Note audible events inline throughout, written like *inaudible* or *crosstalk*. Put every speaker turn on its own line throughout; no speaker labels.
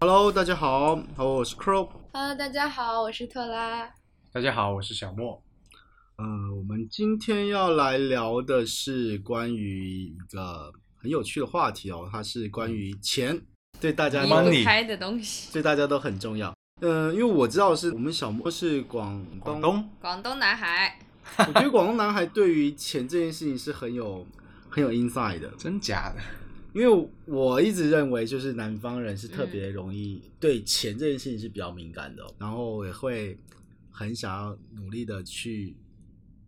Hello，大家好，好，我是 Crow。
Hello，大家好，我是特拉。
大家好，我是小莫。
呃，我们今天要来聊的是关于一个很有趣的话题哦，它是关于钱，嗯对大家
离
都
Money
不开的东西，
对大家都很重要。呃，因为我知道是我们小莫是广
广
东， *laughs*
东，
广东男孩。
我觉得广东男孩对于钱这件事情是很有很有 inside 的，
真假的？
因为我一直认为，就是南方人是特别容易对钱这件事情是比较敏感的哦、然后也会很想要努力的去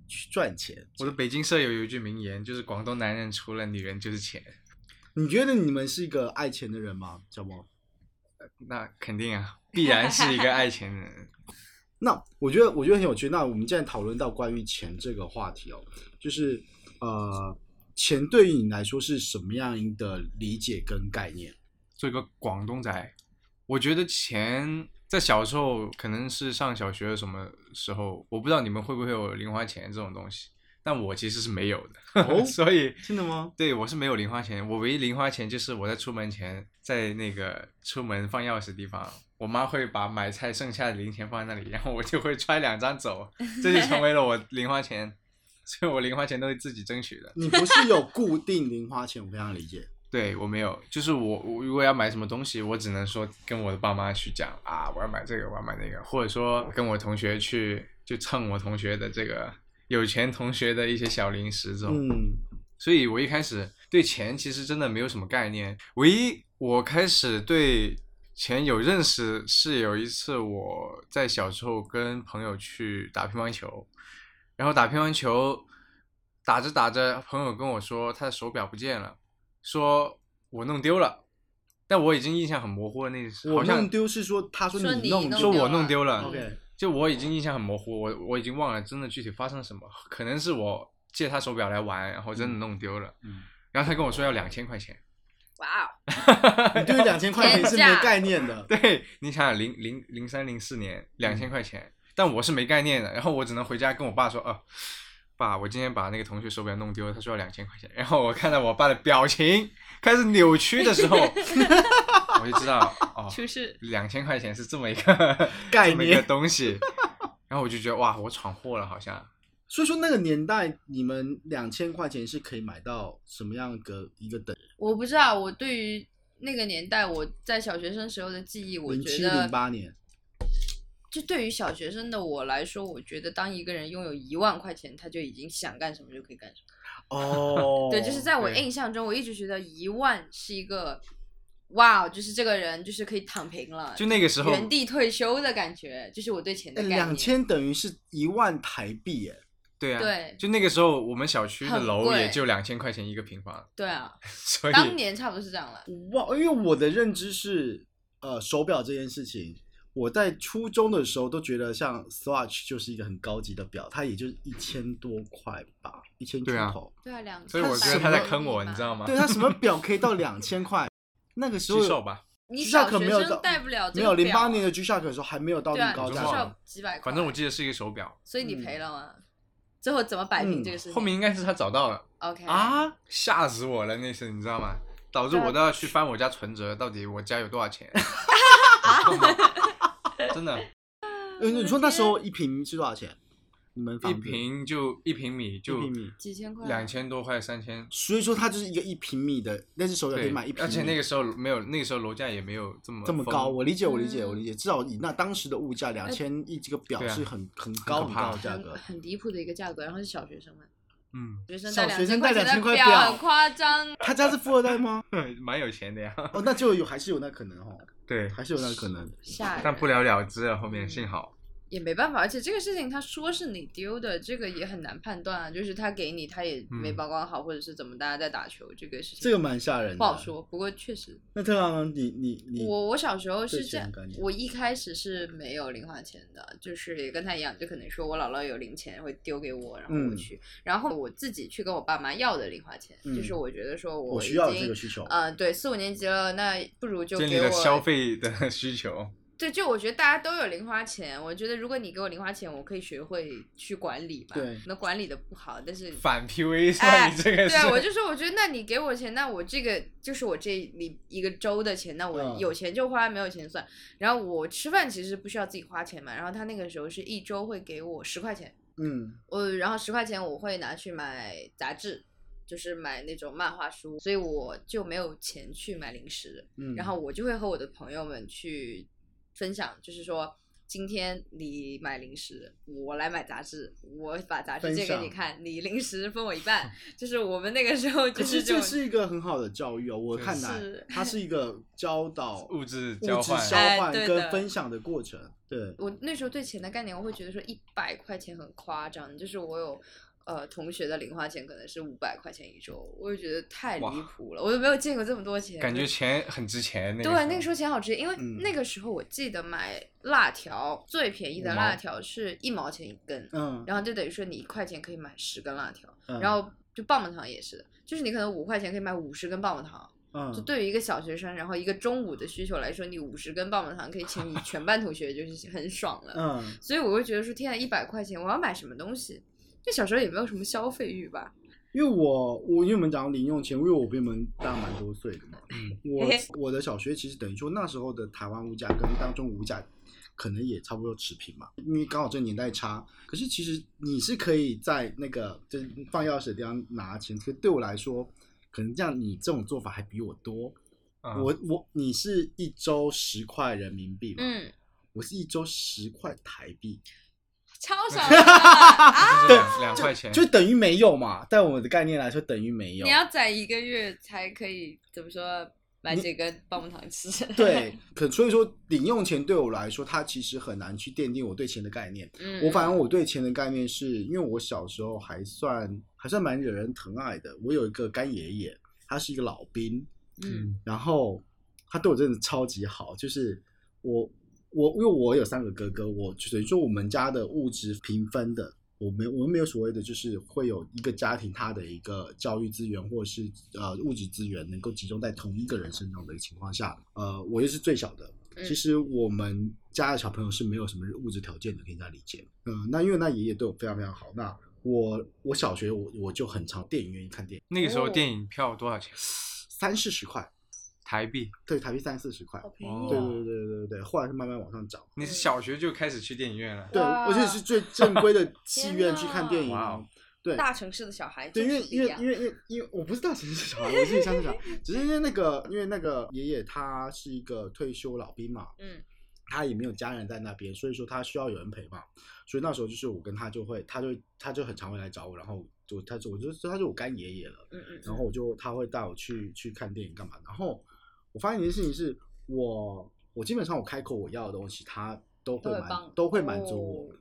去赚钱。
我的北京舍友有一句名言，就是广东男人除了女人就是钱。
你觉得你们是一个爱钱的人吗，小莫？
那肯定啊，必然是一个爱钱的
*laughs*
人。
那我觉得，我觉得很有趣。那我们既然讨论到关于钱这个话题哦，就是呃，钱对于你来说是什么样的理解跟概念？
做一个广东仔，我觉得钱在小时候，可能是上小学什么时候，我不知道你们会不会有零花钱这种东西，但我其实是没有的，
哦
*laughs* 所以
真的吗？
对我是没有零花钱，我唯一零花钱就是我在出门前，在那个出门放钥匙的地方，我妈会把买菜剩下的零钱放在那里，然后我就会揣两张走，这就成为了我零花钱，所以我零花钱都是自己争取的。
你不是有固定零花钱？我非常理解。
对我没有，就是我我如果要买什么东西，我只能说跟我的爸妈去讲啊，我要买这个，我要买那个，或者说跟我同学去就蹭我同学的这个有钱同学的一些小零食这种。
嗯，
所以我一开始对钱其实真的没有什么概念，唯一我开始对钱有认识是有一次我在小时候跟朋友去打乒乓球，然后打乒乓球打着打着，朋友跟我说他的手表不见了，说我弄丢了，但我已经印象很模糊了，那是
我
好像
弄丢是说，他说
说
你
你
弄
弄
说
丢
丢
我弄丢了
了 *laughs*
OK
就我已经印象很模糊，我我已经忘了真的具体发生了什么，可能是我借他手表来玩，然后真的弄丢了，
嗯
然后他跟我说要两千块钱，
哇哦，
你对于两千块钱是没有概念
*laughs*
的。
对你想想零零零三零四年两
嗯
千块钱，但我是没概念的，然后我只能回家跟我爸说，哦、爸，我今天把那个同学手表弄丢了，他说要两千块钱，然后我看到我爸的表情开始扭曲的时
*laughs*
候，我就知道哦，
出事！
两千块钱是这么一个
概
这么一
念
个东西，然后我就觉得哇，我闯祸了好像。
所以说那个年代，你们两千块钱是可以买到什么样的一个等？
我不知道，我对于那个年代，我在小学生时候的记忆，我
零
觉
七
得
零八
*laughs*
年，
就对于小学生的我来说，我觉得当一个人拥有一万块钱，他就已经想干什么就可以干什么。
哦
对，就是在我
对
印象中，我一直觉得一万是一个，哇，哦就是这个人就是可以躺平了，
就那个时候，
原地退休的感觉，就是我对钱的概念。
两千等于是一万台币耶，
对啊，
对
就那个时候我们小区的
很
楼
贵
也就两千块钱一个平方， *laughs*
对啊，
所以
当年差不多是这样了。
哇！因为我的认知是，呃，手表这件事情，我在初中的时候都觉得像 Swatch 就是一个很高级的表，它也就是一千多块吧，一千出
对啊
头。
对啊，两
所以我觉得
他
他
什
在
么
坑我，你知道吗？
对，它啊什么表可以到两千块？那个时候
巨兽吧，
你
G
小
Shock
学
没有到
生带不了这
没
个
有，
表
零八年的 G Shock 的时候还没有到
对
那
啊
么高
我
价
就忘
格。
了
少几百块，
嗯反正我记得是一个手表，
所以你赔了吗？最后怎么摆平这个事情？
嗯后面应该是他找到了
OK，
啊，吓死我了那次，你知道吗？导
啊
致我都要去翻我家存折，到底我家有多
*laughs*
少钱？
*laughs*
真的，
呃，你说那时候一瓶是多少钱？你们
嗯一
房子
平就一平米
一
就
平米，
几千块，
两，千多块，三千。
所以说它就是一个一平米的，那只手表可以买一平米，
而且那个时候没有，那个时候楼价也没有这么
这么
疯
高，我理解，我理解，
嗯呃
我理解。至少以那当时的物价，两千一这个表
对啊
是很很高
很
很
可怕
高的价格
很。很离谱的一个价格，然后是小学生嘛，
嗯， *laughs*
学生
小学生
2000
带
块钱
2000
的
块
表
表
很夸张，
他家是富二代吗？
蛮有钱的呀。
哦，那就有还是有那可能哦，
对，
还是有那可能。
吓人，
但不了了之了，后面
嗯
幸好。
也没办法，而且这个事情他说是你丢的，这个也很难判断啊，就是他给你他也没
嗯
保管好，或者是怎么大家在打球这个事情，
这个蛮吓人的，
不好。说，不过确实
那特朗呢，你你你，
我我小时候是
对
这
钱
样
的概念，
我一开始是没有零花钱的，就是也跟他一样，就可能说我姥姥有零钱会丢给我，然后我
嗯
去，然后我自己去跟我爸妈要的零花钱，就是
嗯
我觉得说
我
已
需
经呃
要有这个需求。
呃，对，四五年级了，那不如就
建立
给我
了消费的需求。
对，就我觉得大家都有零花钱，我觉得如果你给我零花钱，我可以学会去管理吧。
对
那管理的不好，但是
反 *laughs* PUA 算你这个
对
是？
嗯啊，我就说，我觉得那你给我钱，那我这个就是我这里一个周的钱，那我
嗯
有钱就花，没有钱算。然后我吃饭其实不需要自己花钱嘛，然后他那个时候是一周会给我十块钱，
嗯
我然后十块钱我会拿去买杂志，就是买那种漫画书，所以我就没有钱去买零食，
嗯，
然后我就会和我的朋友们去分享，就是说。今天你买零食，我来买杂志，我把杂志
分
借给
享
你看，你零食分我一半，就是我们那个时 *laughs* 候
可
就是这
这
种
是一个很好的教育哦，我看来
是
它是一个教导
*laughs* 物质
物
交
质
换，
交
哎
换
对
跟
的
分享的过程。对，
我那时候对钱的概念，我会觉得说一百块钱很夸张，就是我有呃同学的零花钱可能是五百块钱一周，我就觉得太离
哇
谱了，我都没有见过这么多钱，
感觉钱很值钱。那
对，那个时
候
候钱好值，因为
嗯
那个时候我记得买辣条最便宜的
五
辣
毛
条是一毛钱一根，
嗯，
然后就等于说你一块钱可以买十根辣条，
嗯
然后就棒棒糖也是，就是你可能五块钱可以买五十根棒棒糖，
嗯，
就对于一个小学生，然后一个中午的需求来说，你五十根棒棒糖可以请你全班同学，就是很爽了。
嗯，
所以我会觉得说，天啊，一百块钱我要买什么东西？那小时候也没有什么消费欲吧？
因为我我因为我们讲零用钱，因为我比你们大蛮多岁的嘛，
嗯
我
嘿嘿
我的小学其实等于说那时候的台湾物价跟当中物价可能也差不多持平嘛，因为刚好这个年代差。可是其实你是可以在那个就是放钥匙的地方拿钱，可对我来说，可能这样你这种做法还比我多。
嗯
我我你是一周十块人民币嘛，
嗯，
我是一周十块台币，
*laughs* 超少的啦啊！
就是两两块钱，
就等于没有嘛，在我的概念来说等于没有。
你要攒一个月才可以怎么说买几根棒棒糖吃？
对，可所以说零用钱对我来说，它其实很难去奠定我对钱的概念。
*laughs* 嗯，
我反正我对钱的概念是，因为我小时候还算还算蛮惹人疼爱的。我有一个干爷爷，他是一个老兵，
嗯
然后他对我真的超级好，就是我我因为我有三个哥哥，我就等于说我们家的物质平分的，我们我们没有所谓的就是会有一个家庭他的一个教育资源或者是呃物质资源能够集中在同一个人身上的一个情况下，呃，我又是最小的。
嗯
其实我们家的小朋友是没有什么物质条件的，可以这样理解。嗯、那因为那爷爷对我非常非常好，那我我小学我我就很常电影院看电影，
那个时候
哦
电影票多少钱？
三四十块，
台币。
对，台币三四十块
好。便宜
对
哦。
对对对对对，后来是慢慢往上涨。
嗯
你是小学就开始去电影院了？
对，
哇
而且是最正规
*laughs*
的戏
天
院
呐
去看电影哦
哇哦。
对
大城市的小孩
对，
就
因为
是不一
因为
样
因为因为因为我不知道谁是小孩，我是乡下
*laughs*
小孩，只是因为那个因为那个爷爷他是一个退休老兵嘛，
嗯
他也没有家人在那边，所以说他需要有人陪嘛。所以那时候就是我跟他就会，他就他就很常会来找我，然后就他就我就他就我干爷爷了。
嗯嗯，
然后我就他会带我去去看电影干嘛。然后我发现一件事情是，我我基本上我开口我要的东西，他都会
都会
满
帮
都会满足我。
哦
可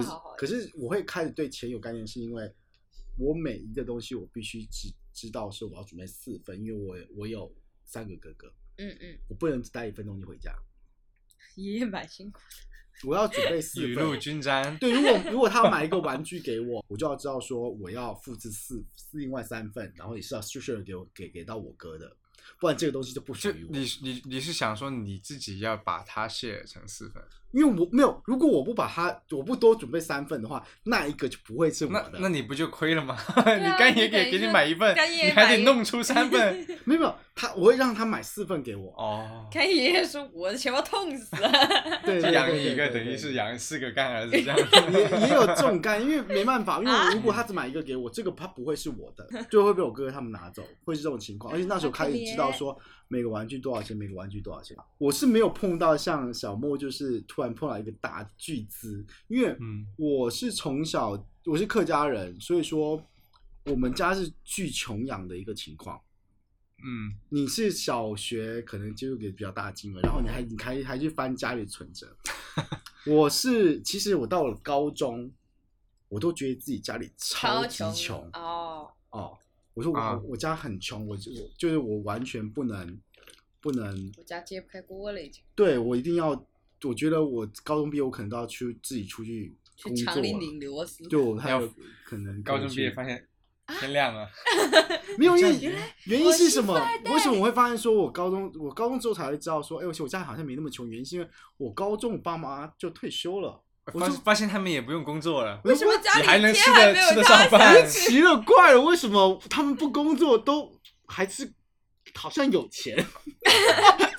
那
是
好好
可是我会开始对钱有概念，是因为我每一个东西我必须知知道是我要准备四份，因为我我有三个哥哥，
嗯嗯，
我不能只带一份东西回家，
爷爷蛮辛苦的。
我要准备四
雨露
份。
均沾。
对，如果如果他买一个玩具给我，我就要知道说我要复制四另外三份，然后也是要顺顺的给我给给到我哥的，不然这个东西就不属
就
于我。
你你你是想说你自己要把它卸成四份？
因为我没有，如果我不把它，我不多准备三份的话，那一个就不会是我
那
的。
那你不就亏了
*laughs*
吗？
啊
你干爷
你等于
给给你
说
买一份，
干爷
你还
买一
得弄出三份。
*laughs*
没有没有，他我会让他买四份给我。
哦，
看爷爷说我的钱包痛死了。
对，
就
对
*laughs* 养
对
你一
对
个，
对
等于
对
是养四个干儿
*laughs*
子这样。
*laughs* 也也有这种概念，因为没办法，因为如果他只买一个给我，这个他不会是我的，就会被我哥哥他们拿走，会是这种情况。而且那时候开始知道说每个玩具多少钱，每个玩具多少钱。我是没有碰到像小莫就是突然碰到一个大巨资，因为
嗯
我是从小我是客家人，所以说我们家是巨穷养的一个情况。
嗯，
你是小学可能接触给比较大的金额，然后
嗯
你还你还还去翻家里存折。 *laughs* 我是其实我到了高中，我都觉得自己家里超级
穷
穷
哦，
哦。我说我、
啊
我家很穷，我就我就是我完全不能不能，
我家揭不开锅了已经。
对我一定要，我觉得我高中毕业我可能都要去自己出去
去
工作
厂里
了，
拧螺丝。
对我还
要
有可能
高中毕业
可能去
发现
啊
天亮了，
没有，因
原
为
来
原因是什么
我是富二？代
为什么我会发现说，我高中我高中之后才会知道说，哎，而且我家里好像没那么穷。原因是因为我高中我爸妈就退休了，我
发
就
发现他们也不用工作了，
为什么家
你还
里
能
天
吃
还
得
没
吃
有
得
大
上
家？
饭？
奇了怪了，为什么他们不工作都还是好像有钱？ *laughs*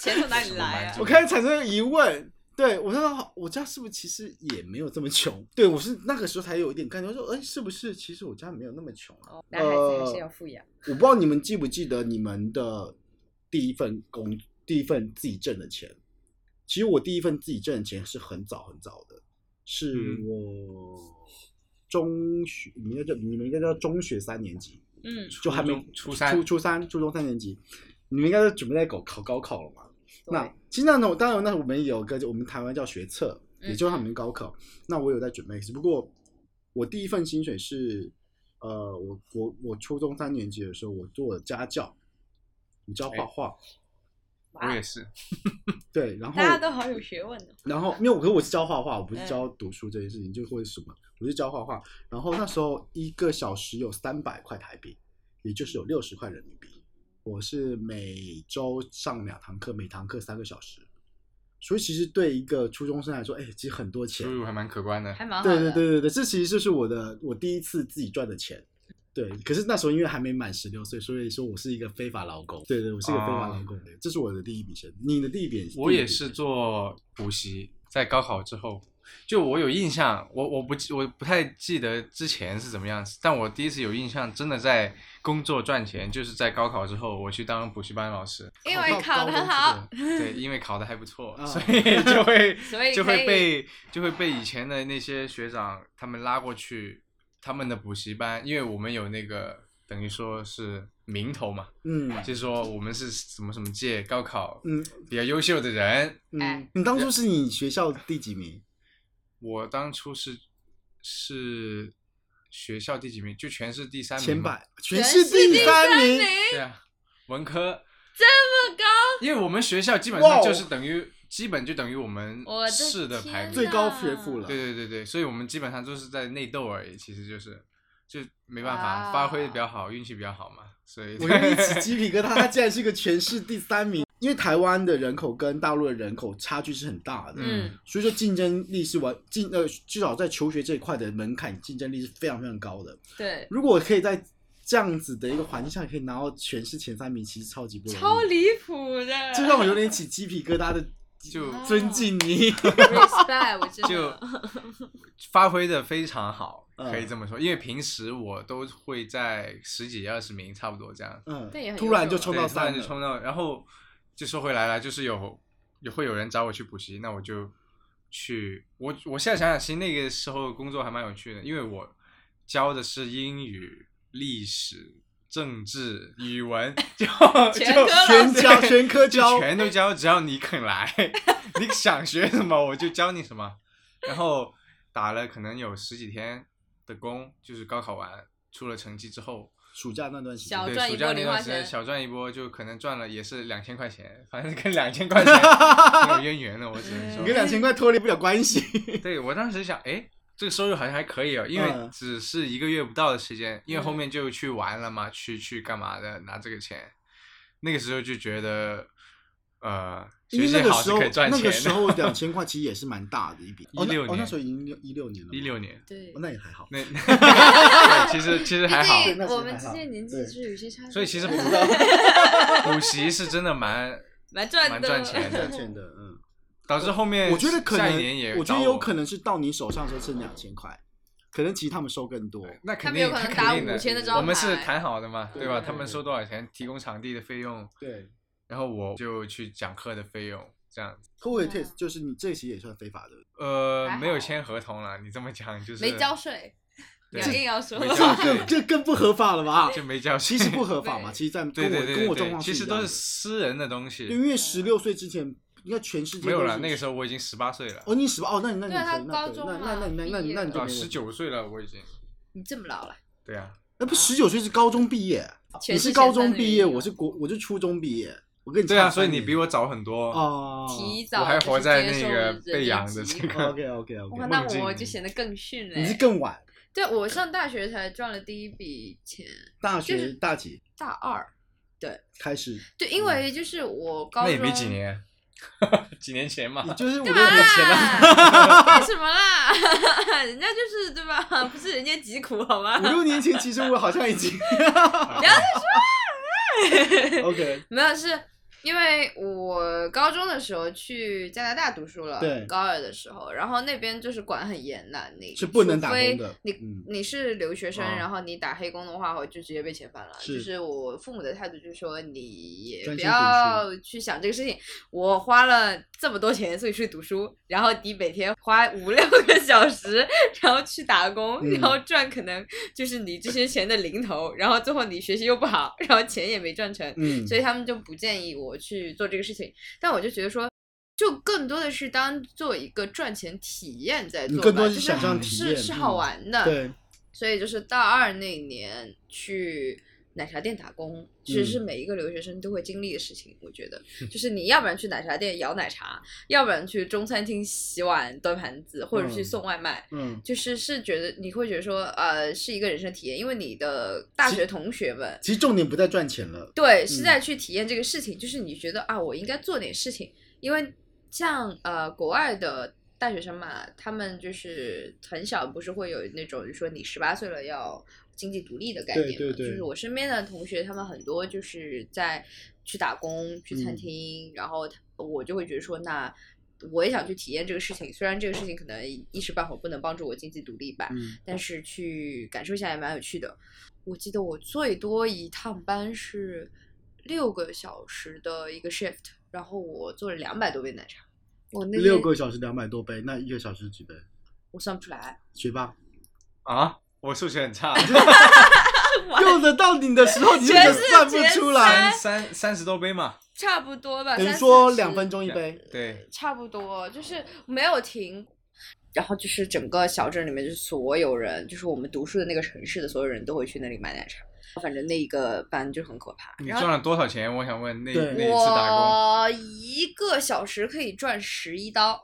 钱从哪里来啊
我？开始产生疑问。对我说，我家是不是其实也没有这么穷？对我是那个时候才有一点感觉，我说，哎，是不是其实我家没有那么穷啊？
男孩子还是要富养，
我不知道你们记不记得你们的第一份工，第一份自己挣的钱。其实我第一份自己挣的钱是很早很早的，是
嗯
我中学，你们应该叫你们应该叫中学三年级，
嗯，
就还没
初中初三
初初三、初中三年级，你们应该是准备在搞考高考了嘛？那
对
其实那种当然，那我们有个我们台湾叫学测，
嗯
也就是他们高考。那我有在准备，只不过我第一份薪水是，呃，我我我初中三年级的时候，我做了家教，我教画画，
我也是，
对，然后
大家都好有学问哦。
然后因为我可是我是教画画，我不是
嗯
教读书这件事情，就会什么，我是教画画。然后那时候一个小时有三百块台币，也就是有六十块人民币。我是每周上两堂课，每堂课三个小时，所以其实对一个初中生来说，哎，其实很多钱
收。入还蛮可观的。
还蛮好
对对
的。
对对对，这其实就是我的我第一次自己赚的钱。对，可是那时候因为还没满十六岁，所以说我是一个非法劳工。对对，我是一个非法劳工。对，这是我的第一笔钱。你的第一笔，
啊我
第一
也
笔
是做补习，在高考之后，就我有印象，我我不记我不太记得之前是怎么样子，但我第一次有印象，真的在工作赚钱，就是在高考之后，我去当补习班老师。
因为考
考
得
到
很
高
好，
对，因为考得还不错，
啊
所以就会
所以
就
可
会
以
被就会被以前的那些学长他们拉过去他们的补习班，因为我们有那个等于说是名头嘛，
嗯
就是说我们是什么什么届高考
嗯
比较优秀的人。
嗯
哎，
你当初是你学校第几名？
我当初是是学校第几名，就全市第三名
前
嘛，
百，全市第三名。
对啊，文科，
这么高，
因为我们学校基本
哇
上
哦
就是等于基本就等于我们
我的
市的
天
排名
最高学府了
对对对对，所以我们基本上都是在内斗而已，其实就是就没办
哇
法，发挥的比较好，运气比较好嘛，所以
我又
*laughs*
一起鸡皮疙瘩，他竟然是一个全市第三名。因为台湾的人口跟大陆的人口差距是很大的，
嗯，
所以说竞争力是完竞呃至少在求学这一块的门槛竞争力是非常非常高的。
对，
如果我可以在这样子的一个环境下可以拿到全市前三名，其实超级不容易，
超离谱的，
就让我有点起鸡皮疙瘩的，
就
尊敬你。
respect，我真 *laughs*
就
的。
*laughs*
发挥的非常好，
嗯
可以这么说，因为平时我都会在十几二十名差不多这样，
*laughs* 嗯
但也，很
突然就
优秀
冲
对
到
突然
三
就
了，
冲到，然后就说回来了，就是有也会有人找我去补习，那我就去。我我现在想想，其实那个时候工作还蛮有趣的，因为我教的是英语、历史、政治、语文，就
全
就
科老
全
师
教全科
就
教，
全都教，只要你肯来， *laughs* 你想学什么我就教你什么。然后打了可能有十几天的工，就是高考完出了成绩之后，
暑假那段时间
小，
对
赚一波
暑假那
零
段
花
时间
钱
小赚一波，就可能赚了也是两千块钱，反正跟两
*laughs*
千块钱有渊源了，我只能
嗯
说。
你跟两千块脱离不了关
*laughs*
系。
对我当时想，哎，这个收入好像还可以哦，因为
嗯
只是一个月不到的时间，因为后
嗯
面就去玩了嘛，去去干嘛的，拿这个钱，那个时候就觉得，呃，
因
学
为那
习
个
好
时
是
候
可以赚
那
钱
个时候
的。
两千块其实也是蛮大的一
*laughs*
笔。哦那
16
哦，那
年
时候已经六一六年了吗，
一六年，
对
哦，，那也还好。 *laughs*
那 *laughs* 对其实其实还好，
毕
那
竟
是
我们
还
之
好
间年纪
对
是有些差距的，
所
*laughs*
以其实
*laughs*
补补习是真的蛮，
蛮赚
蛮
的，*laughs*
赚钱
两
的
千的，嗯，
导致后
*laughs*
面
我觉得可
下
能
一年也，
我觉
找
得
我
有可能是到你手上的时候是两千块，可能其实他们收更多。
那肯
们有
定，
可能
他
打
肯定
5000的招
我们是
牌
谈好的嘛，
对
对吧？
对
他们
对
收多少钱，提供场地的费用，
对，
然后我就去讲课的费用，这样子。
可我也 test 就是你这其实也算非法的，
呃
还，
没有
好
签合同了，你这么讲就是
没交税，
对
要硬要说
没，交
这
对
*laughs* 更这更不合法了吧？
就没交
*laughs* 其
税，
实不合法嘛，
对
其实在跟
对
我
对对
跟我
对
状况
其实
一
都
样
是
的
私人的东西，
因为十六岁之前，应该全世界
没有
都
了。
是
那个时候我已经十八岁了，
哦，你十八哦，那你那你
对啊
可以
他
那
高
可以
中
那那那那
嘛
那
毕业
那你就
了
没
啊，
问题
十九岁了，我已经，
*laughs* 你这么老了，
对啊，
那不十九岁是高中毕业，
全
你
是
是
前
高
三
中
的原
毕
因
业，
哦
我是国我是初中毕业，我跟你
对啊，
差
所以
三
你
年
比我早很多。
哦，
提早
我还
就
活
去
在
接
那
受
个
人
被养的
籍
这个 *laughs*
，OK OK
哇，
OK，
那
梦境
我就显得更逊嘞，欸
你是更晚，
对我上大学才赚了第一笔钱，
大学
就是
大几
大二。
开
*laughs*
始？
对，因为就是我高
嗯那
中
也没几，年， *laughs* 几年前嘛
你。就是五
干
六
嘛
年前了，
啦？啊 *laughs* 干什么啦？人家就是对吧？ *laughs* 不是人间疾苦好吗？
五六年前其实我好像已经
啊 *laughs* 不要再说
*laughs*
哎
OK，
没有，是因为我高中的时候去加拿大读书了，
对
高二的时候，然后那边就是管很严的，你
是不能打工的
除非你、
嗯
你是留学生，
啊
然后你打黑工的话，我就直接被遣返了。
是
就是我父母的态度就是说，你也
专
不
心读书
要去想这个事情。我花了这么多钱，所以去读书，然后你每天花五 *laughs* 六个小时，然后去打工，
嗯
然后赚可能就是你这些钱的零头，然后最后你学习又不好，然后钱也没赚成，
嗯，
所以他们就不建议我去做这个事情。但我就觉得说，就更多的是当做一个赚钱体验在做
你
吧，
更多
就是
想象体验
是是好
嗯
玩的。
对，
所以就是大二那年去奶茶店打工，其实
嗯
是每一个留学生都会经历的事情。我
*laughs*
觉得，就是你要不然去奶茶店摇奶茶，要不然去中餐厅洗碗、端盘子，或者去
嗯
送外卖。
嗯，
就是是觉得你会觉得说，呃，是一个人生体验，因为你的大
其
学同学们
其实重点不在赚钱了，
对，是在去体验这个事情，就是你觉得啊，我应该做点事情，因为像呃国外的大学生嘛，他们就是很小不是会有那种说你十八岁了要经济独立的概
对
念嘛，
对
就
对
是我身边的同学，他们很多就是在去打工、去餐
嗯
厅，然后他我就会觉得说那。我也想去体验这个事情，虽然这个事情可能一时半会儿不能帮助我经济独立吧，
嗯，
但是去感受一下也蛮有趣的。我记得我最多一趟班是六个小时的一个 shift，然后我做了两百多杯奶茶。我那
六
天
个小时两百多杯，那一个小时几杯？
我算不
*laughs*
出来，
学霸
啊，我数学很差，
*laughs* 用得到你的时候，你就
全
能
是
算不出来
前。
三三十多杯嘛。
*laughs* 差不多吧，
等于
三四
说
十
两分钟一杯，
对，
差不多，就是没有停。然后就是整个小镇里面，就是所有人，就是我们读书的那个城市的所有人都会去那里买奶茶。反正那一个班就很可怕。
你
然后
赚了多少钱？我想问那
对
那一次打工，
我一个小时可以赚十一刀，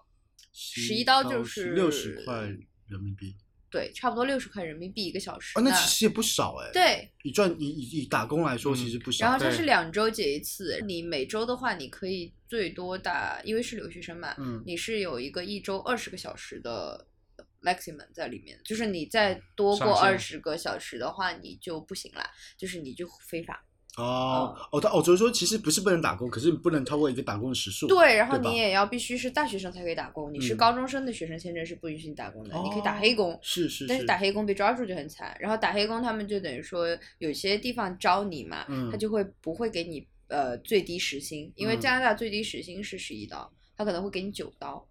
十一刀就是
六十块人民币，
对，差不多六十块人民币一个小时。
哦，那其实也不少哎。，
对，
以赚以以以打工来说，
嗯
其实不少。
然后它
对
是两周结一次，你每周的话，你可以最多打，因为是留学生嘛，
嗯，
你是有一个一周二十个小时的 maximum 在里面，就是你再多过
上
二
限
十个小时的话，你就不行了，就是你就非法。
哦哦，他哦，就是说其实不是不能打工，可是不能超过一个打工的时数。
对，然后
吧
你也要必须是大学生才可以打工，你是
嗯
高中生的学生签证是不允许你打工的，你可以打黑工
哦。是是，
但是打黑工被抓住就很惨。然后打黑工，他们就等于说有些地方招你嘛，
嗯
他就会不会给你呃最低时薪，因为
嗯
加拿大最低时薪是十一刀，他可能会给你九刀，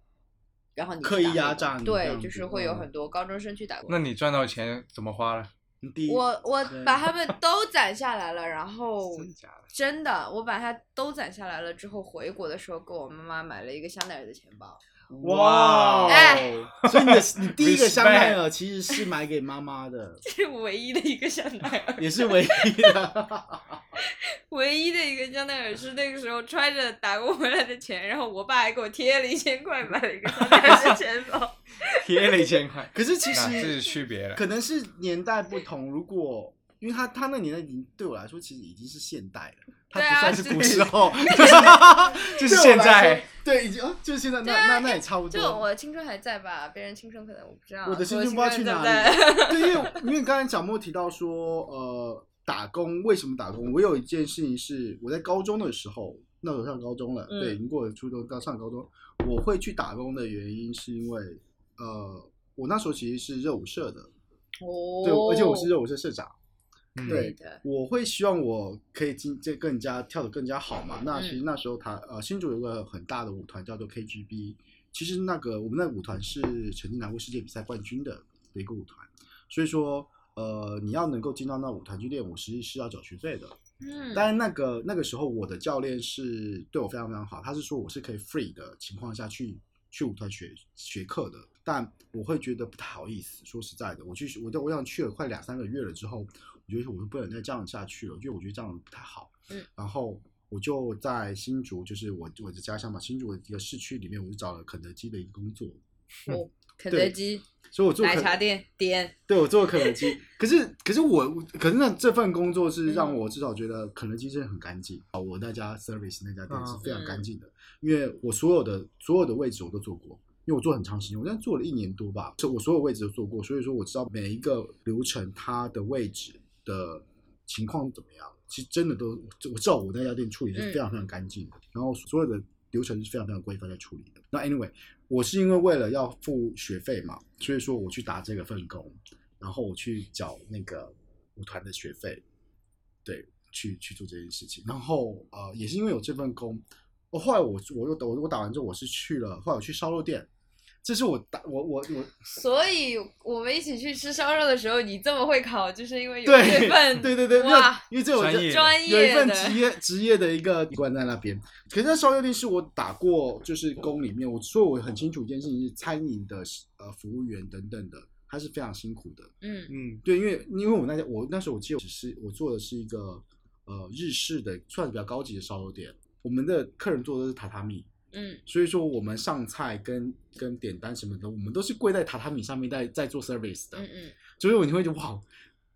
然后你去
刻意
打黑
压
工
榨你这
对，
样子
就是会有
嗯
很多高中生去打工。
那你赚到钱怎么花了？
第一，
我我
对
把
*laughs*
他们都攒下来了，然后
真假的？
真的我把它都攒下来了之后，回国的时候给我妈妈买了一个香奈儿的钱
*laughs*
包。
哇
哎
哦，
所以你的你第一个香奈儿其实是买给妈妈的，
这是唯一的一个香奈儿，
也是唯一的。
唯一的一个香奈儿是那个时候揣着打工回来的钱，然后我爸还给我贴了一千块买了一个香奈儿的钱包。
贴了一千块，
可是其
那这是
实
区别了。
可能是年代不同，如果因为他他那年代已经对我来说其实已经是现代了，他
对啊
不算是
对
古时候， *laughs* 就
这是现在，
对，已经哦，就是现在，那
对啊
那那也差不
*laughs* 就
多。
我青春还在吧，别人青春可能我不知道。
我的青
青
春不知道去哪
在不在 *laughs*
里。对，因为因为刚才小莫提到说，呃，打工为什么打工？我有一件事情是我在高中的时候，那时候上高中了，
嗯
对，已经过了初中到上高中，我会去打工的原因是因为，呃，我那时候其实是热舞社的，
哦，
对，而且我是热舞社社长。
嗯
可
对
以的。
我会希望我可以进这更加跳得更加好嘛。那
嗯
其实那时候他呃新竹有个很大的舞团叫做 KGB，其实那个我们那个舞团是曾经拿过世界比赛冠军的一个舞团，所以说呃你要能够进到那舞团去练舞，实际是要缴学费的。
嗯，
但是那个那个时候我的教练是对我非常非常好，他是说我是可以 free 的情况下去去舞团学学课的，但我会觉得不太好意思。说实在的，我去我都我想去了快两三个月了之后，我觉得我就不能再这样下去了，因为我觉得这样不太好。
嗯，
然后。我就在新竹，就是我我的家乡嘛，新竹的一个市区里面，我就找了肯德基的一个工作。
我肯德基、
所以我做
奶
肯
茶店点，
对我做肯德基，可是可是我可是那这份工作是让我至少觉得肯德基真的很干净啊，我那家 service 那家店是非常干净的，因为我所有的所有的位置我都做过，因为我做很长时间，我现在做了一年多吧，是我所有位置都做过，所以说我知道每一个流程它的位置的情况怎么样，其实真的都我知道我那家店处理是非常非常干净的，然后所有的流程是非常非常规范在处理的。那 anyway，我是因为为了要付学费嘛，所以说我去打这个份工，然后我去缴那个舞团的学费，对，去去做这件事情。然后呃，也是因为有这份工，我后来我我又我我打完之后，我是去了，后来我去烧肉店，这是我打我我我
所以我们一起去吃烧肉的时候，你这么会烤，就是因为有
对
这份
对对对，没有
哇，
因为这我
专
这
业
专
有一
业
份
的，
职业职业的一个关在那边。可是那烧肉店是我打过，就是工里面，我所以我很清楚一件事情是餐饮的呃服务员等等的，他是非常辛苦的。
嗯
嗯
对，因为因为我那家我那时候我记得只是我做的是一个呃日式的，算是比较高级的烧肉店。我们的客人做的都是榻榻米，
嗯
所以说我们上菜跟跟点单什么的，我们都是跪在榻榻米上面在在做 service 的。
嗯嗯，
所以我你会觉得哇，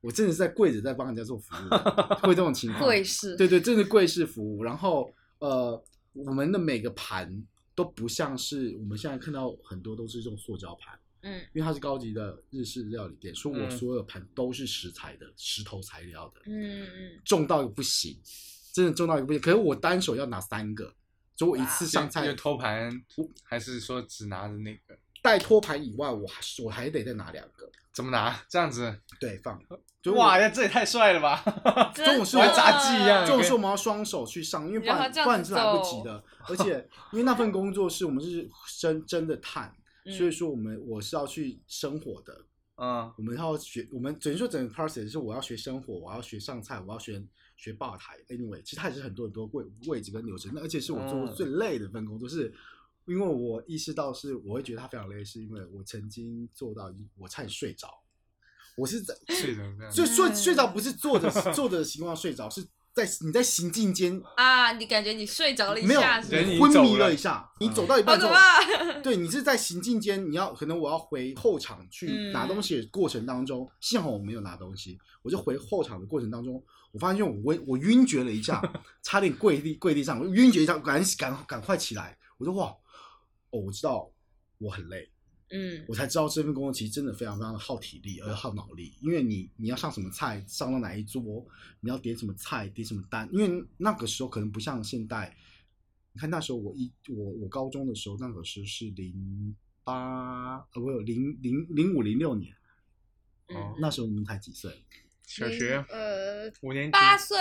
我真的是在跪着在帮人家做服务的，会这种情况。
贵是，
对对，这是贵式服务。然后呃，我们的每个盘都不像是我们现在看到很多都是用塑胶盘，
嗯
因为它是高级的日式料理店，所以我
嗯
所有的盘都是石材的、石头材料的，
嗯嗯，
重到一个不行，真的重到一个不行。可是我单手要拿三个，所以我一次上
就
菜
就托盘，还是说只拿着那个？
带托盘以外，我还是我还得再拿两个，
怎么拿？这样子？
对，放。就我
哇，，这也太帅了吧！
这
种是
玩杂技一样
这种是我们要双手去上，因为不
你让
然
他这样
不然是来不
子走
及的。而且因为那份工作是我们是真真的探，所以
*laughs* 嗯
说我们我是要去生火的，
*laughs* 嗯
我们要学，我们等于说整个 process 是我要学生火，我要学上菜，我要学学吧台。Anyway，其实它也是很多很多位位置跟流程，那而且是我做过
嗯
最累的一份工作，是因为我意识到是我会觉得它非常累，是因为我曾经做到一我差点睡着，我是在
睡着这样
就
子。
睡
嗯
睡着不是坐着 *laughs* 坐着的情况睡着，是在你在行进间
啊，你感觉你睡着了一
没有
下是哦吧
人已经
昏迷
走了
一下，你
嗯
走到一
好
半之
可
后，*laughs*
怕，*laughs*
对你是在行进间，你要可能我要回后场去
嗯
拿东西的过程当中，幸好我没有拿东西，我就回后场的过程当中，我发现我晕我晕厥了一
*laughs*
下，差点跪地跪地上，我晕厥一下，赶赶赶快起来，我就哇，哦，我知道我很累，
嗯
我才知道这份工作其实真的非常非常的耗体力，而且耗脑力，因为你你要上什么菜，上到哪一桌，你要点什么菜，点什么单，因为那个时候可能不像现代。你看那时候我一我我高中的时候，那个时候是零八，呃，不是零零零五零六年，
哦
*laughs*
嗯，
那时候你们才几岁？
小学
嗯
呃
五年级，
八岁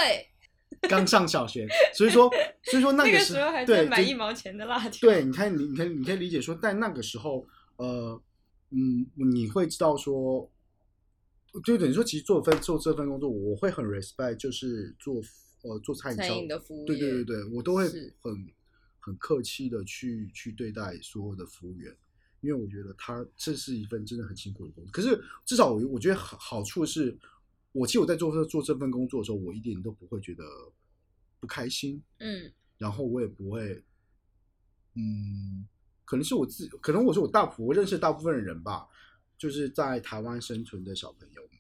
刚上小学，所以说所以说那
那
个
个
时
时候还在
对
买
就
一毛钱的辣条，
对，你看，你你可以你可以理解说，在那个时候，呃，嗯，你会知道说，就等于说，其实做份做这份工作，我会很 respect，就是做呃做餐饮
餐
销
饮的服务
对对对
业，
对，我都会
是
很很客气的去去对待所有的服务员，因为我觉得他这是一份真的很辛苦的工作。可是至少我我觉得好好处是，我其实我在做做这份工作的时候，我一点都不会觉得不开心，
嗯
然后我也不会，嗯，可能是我自，可能我是我大我认识大部分人吧，就是在台湾生存的小朋友们，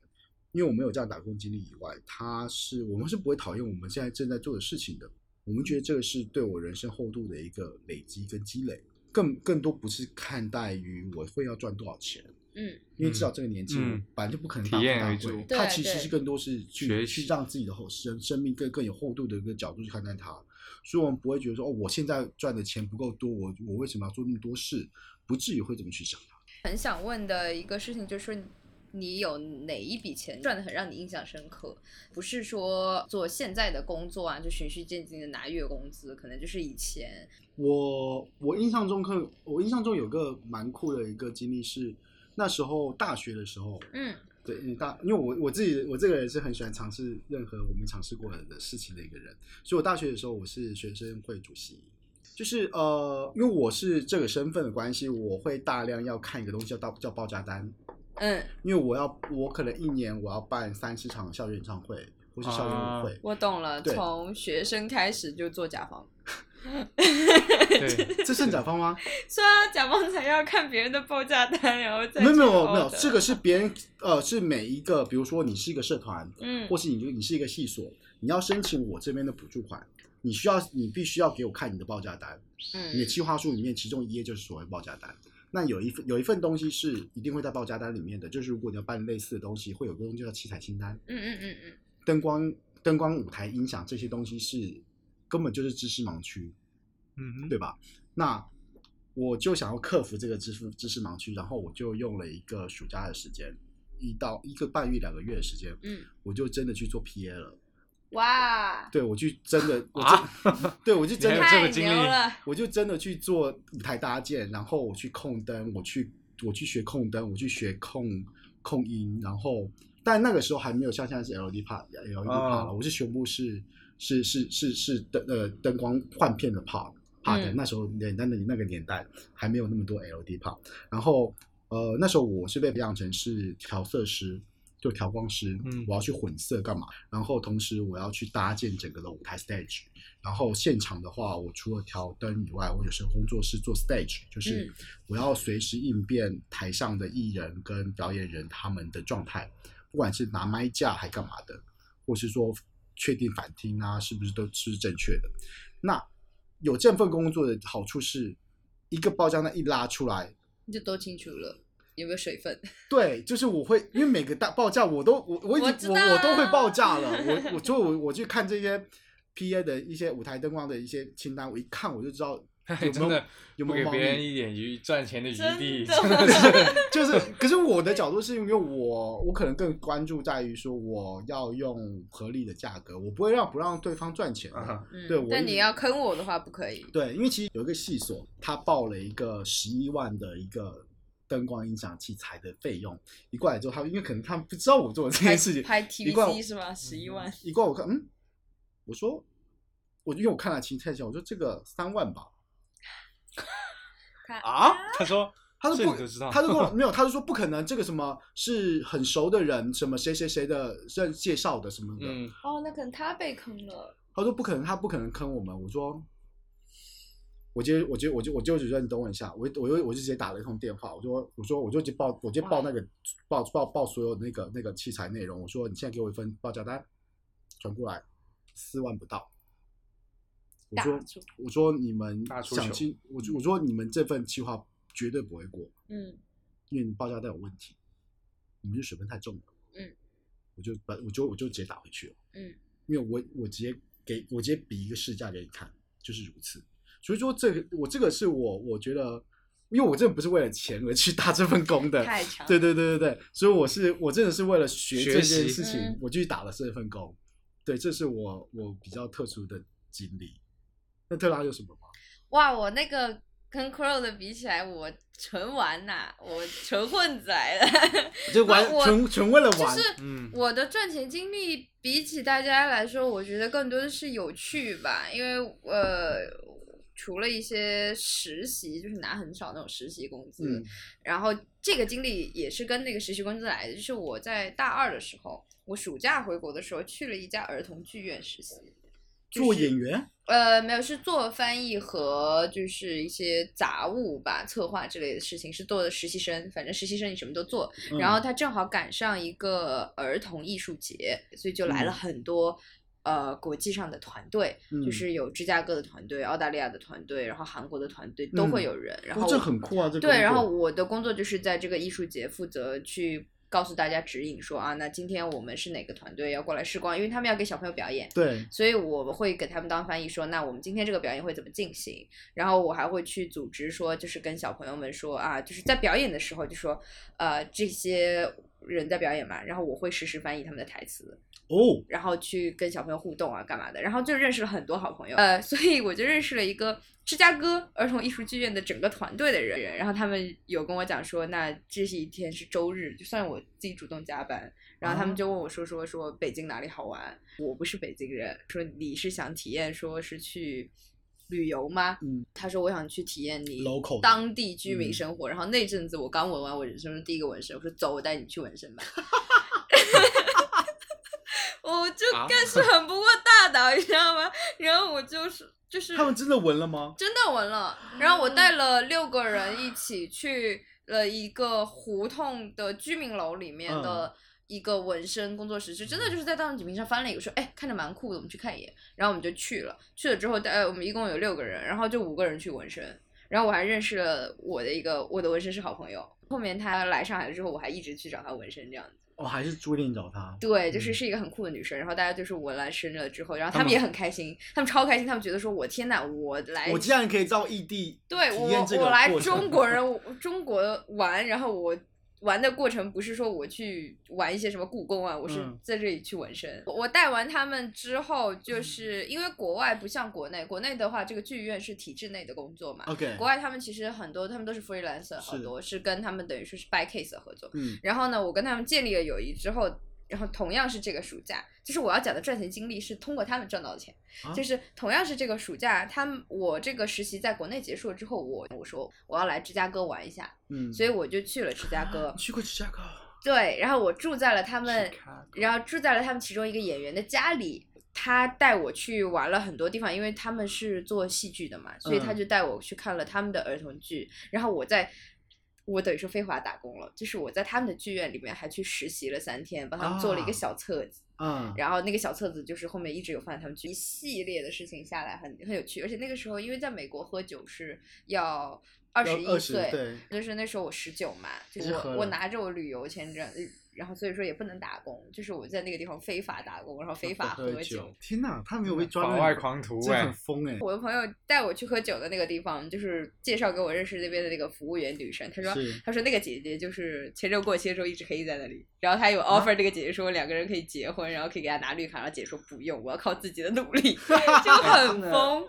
因为我没有这样打工经历以外，他是我们是不会讨厌我们现在正在做的事情的，我们觉得这个是对我人生厚度的一个累积跟积累，更更多不是看待于我会要赚多少钱。
嗯
因为至少这个年纪，
嗯
本来就不可能
体
大富
验
大
为
贵
主
它
对
其实
对
是更多是去
学
去
习
让自己的后生生命更更有厚度的一个角度去看待它，所以我们不会觉得说哦，我现在赚的钱不够多，我我为什么要做那么多事？不至于会这么去想啊它。
很想问的一个事情就是说，你有哪一笔钱赚的很让你印象深刻？不是说做现在的工作啊，就循序渐进的拿月工资，可能就是以前，
我我印象中可我印象中有个蛮酷的一个经历是，那时候大学的时候，
嗯
对，因为大，因为我我自己我这个人是很喜欢尝试任何我没尝试过的事情的一个人，所以我大学的时候我是学生会主席，就是呃，因为我是这个身份的关系，我会大量要看一个东西叫到叫报价单，
嗯，
因为我要我可能一年我要办三四场
啊
校园演唱会或是校园舞会，
我懂了，
对
从学生开始就做甲方，
对，
这算甲方
*laughs*
吗？
虽然甲方才要看别人的报价单，然后再
没有
去
没有
order
没有，这个是别人呃是每一个，比如说你是一个社团，
嗯
或是你就你是一个系所，你要申请我这边的补助款，你需要你必须要给我看你的报价单，你的
嗯
计划书里面其中一页就是所谓报价单。那有一份有一份东西是一定会在报价单里面的，就是如果你要办类似的东西，会有个东西叫器材清单，
嗯嗯嗯嗯，
灯光、灯光、舞台、音响这些东西是根本就是知识盲区，
嗯
对吧？那我就想要克服这个知识知识盲区，然后我就用了一个暑假的时间，一到一个半月、两个月的时间，
嗯，
我就真的去做 PA 了。
哇，
对，我去真的，我
啊 *laughs*
真、对我就真
还
的
有这
太
个经历
牛了，
我就真的去做舞台搭建，然后我去控灯，我去我去学控灯，我去学控控音，然后但那个时候还没有像现在是 LED 帕 LED 帕了，我是全部是是是是是灯呃灯光换片的帕帕灯，
嗯
那时候年那那那个年代还没有那么多 LED 帕，然后呃那时候我是被培养成是调色师。就调光师，
嗯
我要去混色干嘛？然后同时我要去搭建整个的舞台 stage，然后现场的话，我除了调灯以外，我有时候工作室做 stage，就是
嗯
我要随时应变台上的艺人跟表演人他们的状态，不管是拿麦架还干嘛的，或是说确定反听啊，是不是都是正确的。那有这份工作的好处是，一个包浆单一拉出来，
你就都清楚了，有没有水分？
对，就是我会，因为每个大报价我都我我已
我
经
知
我
道啊
我都会报价了，
*laughs*
我我就我我去看这些 P A 的一些舞台灯光的一些清单，我一看我就知道有没
真
有
的
有
不
没
给
有猫
别人
腻，
一点余赚钱的余地，
真
*laughs*
真
的
的是。
就是可是我的角度是因为我我可能更关注在于说我要用合理的价格，我不会让不让对方赚钱的。
啊
嗯
对我
但
一
你要坑我的话不可以。
对，因为其实有一个系所，他报了一个十一万的一个灯光音响器材的费用，一过来之后，他因为可能他们不知道我做的这 *laughs*
拍
件事情，
拍
一罐
TVC 是吗？十一万，
一过来我看，嗯，我说，我因为我看了秦太强，我说这个三万吧，
啊！他说
他
这啊
说
你
不，
都知道
他就
*laughs*
跟我没有，他就说不可能，这个什么是很熟的人，什么谁谁谁的认介绍的什么的，
嗯，
哦，那可能他被坑了。
他说不可能，他不可能坑我们。我说，我接，我接，我就我就只说你等我一下，我我就我就直接打了一通电话，我说我说我就直接报，我就报那个报报报所有那个那个器材内容，我说你现在给我一份报价单，转过来四万不到。我
大
说
出
我说你们
大出嗯
想
糗
清，我就我说你们这份计划绝对不会过，
嗯，
因为你报价单有问题，你们这水分太重了。
嗯，
我就把我就我就直接打回去了。
嗯，
因为我我直接给我直接比一个市价给你看，就是如此。所以说这个我这个是我我觉得，因为我真的不是为了钱而去打这份工的。
太强。
对对对对对，所以我是我真的是为了学
学
这件
习
事情
嗯，
我去打了这份工。对，这是我我比较特殊的经历。那特拉有什么吗？
哇，我那个跟 Crow 的比起来，我纯玩呐、我纯混仔了。 *laughs*
就玩
我
纯纯为了
就
玩，
是
嗯
我的赚钱经历比起大家来说，我觉得更多的是有趣吧，因为呃，除了一些实习，就是拿很少那种实习工资，
嗯
然后这个经历也是跟那个实习工资来的，就是我在大二的时候，我暑假回国的时候去了一家儿童剧院实习，
做演员，
呃，没有，是做翻译和就是一些杂物吧、策划之类的事情，是做的实习生。反正实习生你什么都做，
嗯
然后他正好赶上一个儿童艺术节，所以就来了
嗯
很多、呃国际上的团队，
嗯
就是有芝加哥的团队、澳大利亚的团队，然后韩国的团队都
嗯
会有人。然
哇
后
这
我
很酷啊，这个
对，
工
然
作
后我的工作就是在这个艺术节负责去告诉大家指引说啊，那今天我们是哪个团队要过来试光，因为他们要给小朋友表演。
对，
所以我们会给他们当翻译说，那我们今天这个表演会怎么进行？然后我还会去组织说，就是跟小朋友们说啊，就是在表演的时候就说，呃，这些人在表演嘛，然后我会实时翻译他们的台词，
哦，
然后去跟小朋友互动啊，干嘛的，然后就认识了很多好朋友，呃，所以我就认识了一个芝加哥儿童艺术剧院的整个团队的人，然后他们有跟我讲说，那这是一天是周日，就算我自己主动加班，然后他们
啊
就问我说说说北京哪里好玩，我不是北京人，说你是想体验说是去。旅游吗？
嗯，
他说我想去体验你
Local 的
当地居民
嗯
生活。然后那阵子我刚纹完我人生中第一个纹身，我说走，我带你去纹身吧。我 *laughs* 我就
啊
干事很不过大脑，你知道吗？然后我就是就是
他们真的闻了吗？
真的闻了。然后我带了六个人一起去了一个胡同的居民楼里面的一个纹身工作室，就真的就是在大众点评上翻了一个，说哎看着蛮酷的，我们去看一眼。然后我们就去了，去了之后，呃，我们一共有六个人，然后就五个人去纹身。然后我还认识了我的一个我的纹身师好朋友，后面他来上海了之后，我还一直去找他纹身这样子。
哦，还是朱令找他。
对，就
嗯
是是一个很酷的女生，然后大家就是纹了身了之后，然后
他
他们
们
也很开心，他们超开心，他们觉得说我天呐，我来
我竟然可以到异地，
对
体
我
验这个
我来
过程
中国人我中国玩，然后我玩的过程不是说我去玩一些什么故宫啊，我是
嗯
在这里去纹身。我我带完他们之后，就是因为国外不像国内，国内的话这个剧院是体制内的工作嘛。
OK，
国外他们其实很多，他们都是 freelancer，好
哦是
多是跟他们等于说是 by case 合作。
嗯，
然后呢，我跟他们建立了友谊之后，然后同样是这个暑假，就是我要讲的赚钱经历是通过他们赚到的钱，
啊
就是同样是这个暑假，他们我这个实习在国内结束了之后，我我说我要来芝加哥玩一下，
嗯，
所以我就去了芝加哥
你，去过芝加哥？
对，然后我住在了他们
去，看
然后住在了他们其中一个演员的家里。他带我去玩了很多地方，因为他们是做戏剧的嘛，所以他
嗯
就带我去看了他们的儿童剧。然后我在，我等于说非法打工了，就是我在他们的剧院里面还去实习了三天，帮他们做了一个
啊
小册子。
嗯，
然后那个小册子就是后面一直有放在他们去一系列的事情下来很很有趣，而且那个时候因为在美国喝酒是要二十一
二十
岁，
对，
就是那时候我十九嘛，就是
是喝
我
了
我拿着我旅游签证，呃然后所以说也不能打工，就是我在那个地方非法打工，然后非法喝酒。。
天哪，他没有被抓
法
到
外狂徒
这
哎
很，疯哎。
我的朋友带我去喝酒的那个地方，就是介绍给我认识那边的那个服务员女生，她说
是
她说那个姐姐就是签证过期的时候一直黑在那里，然后她有 offer 这个姐姐说两个人可以结婚，然后可以给她拿绿卡，然后姐姐说不用，我要靠自己的努 *laughs* 力，就很疯。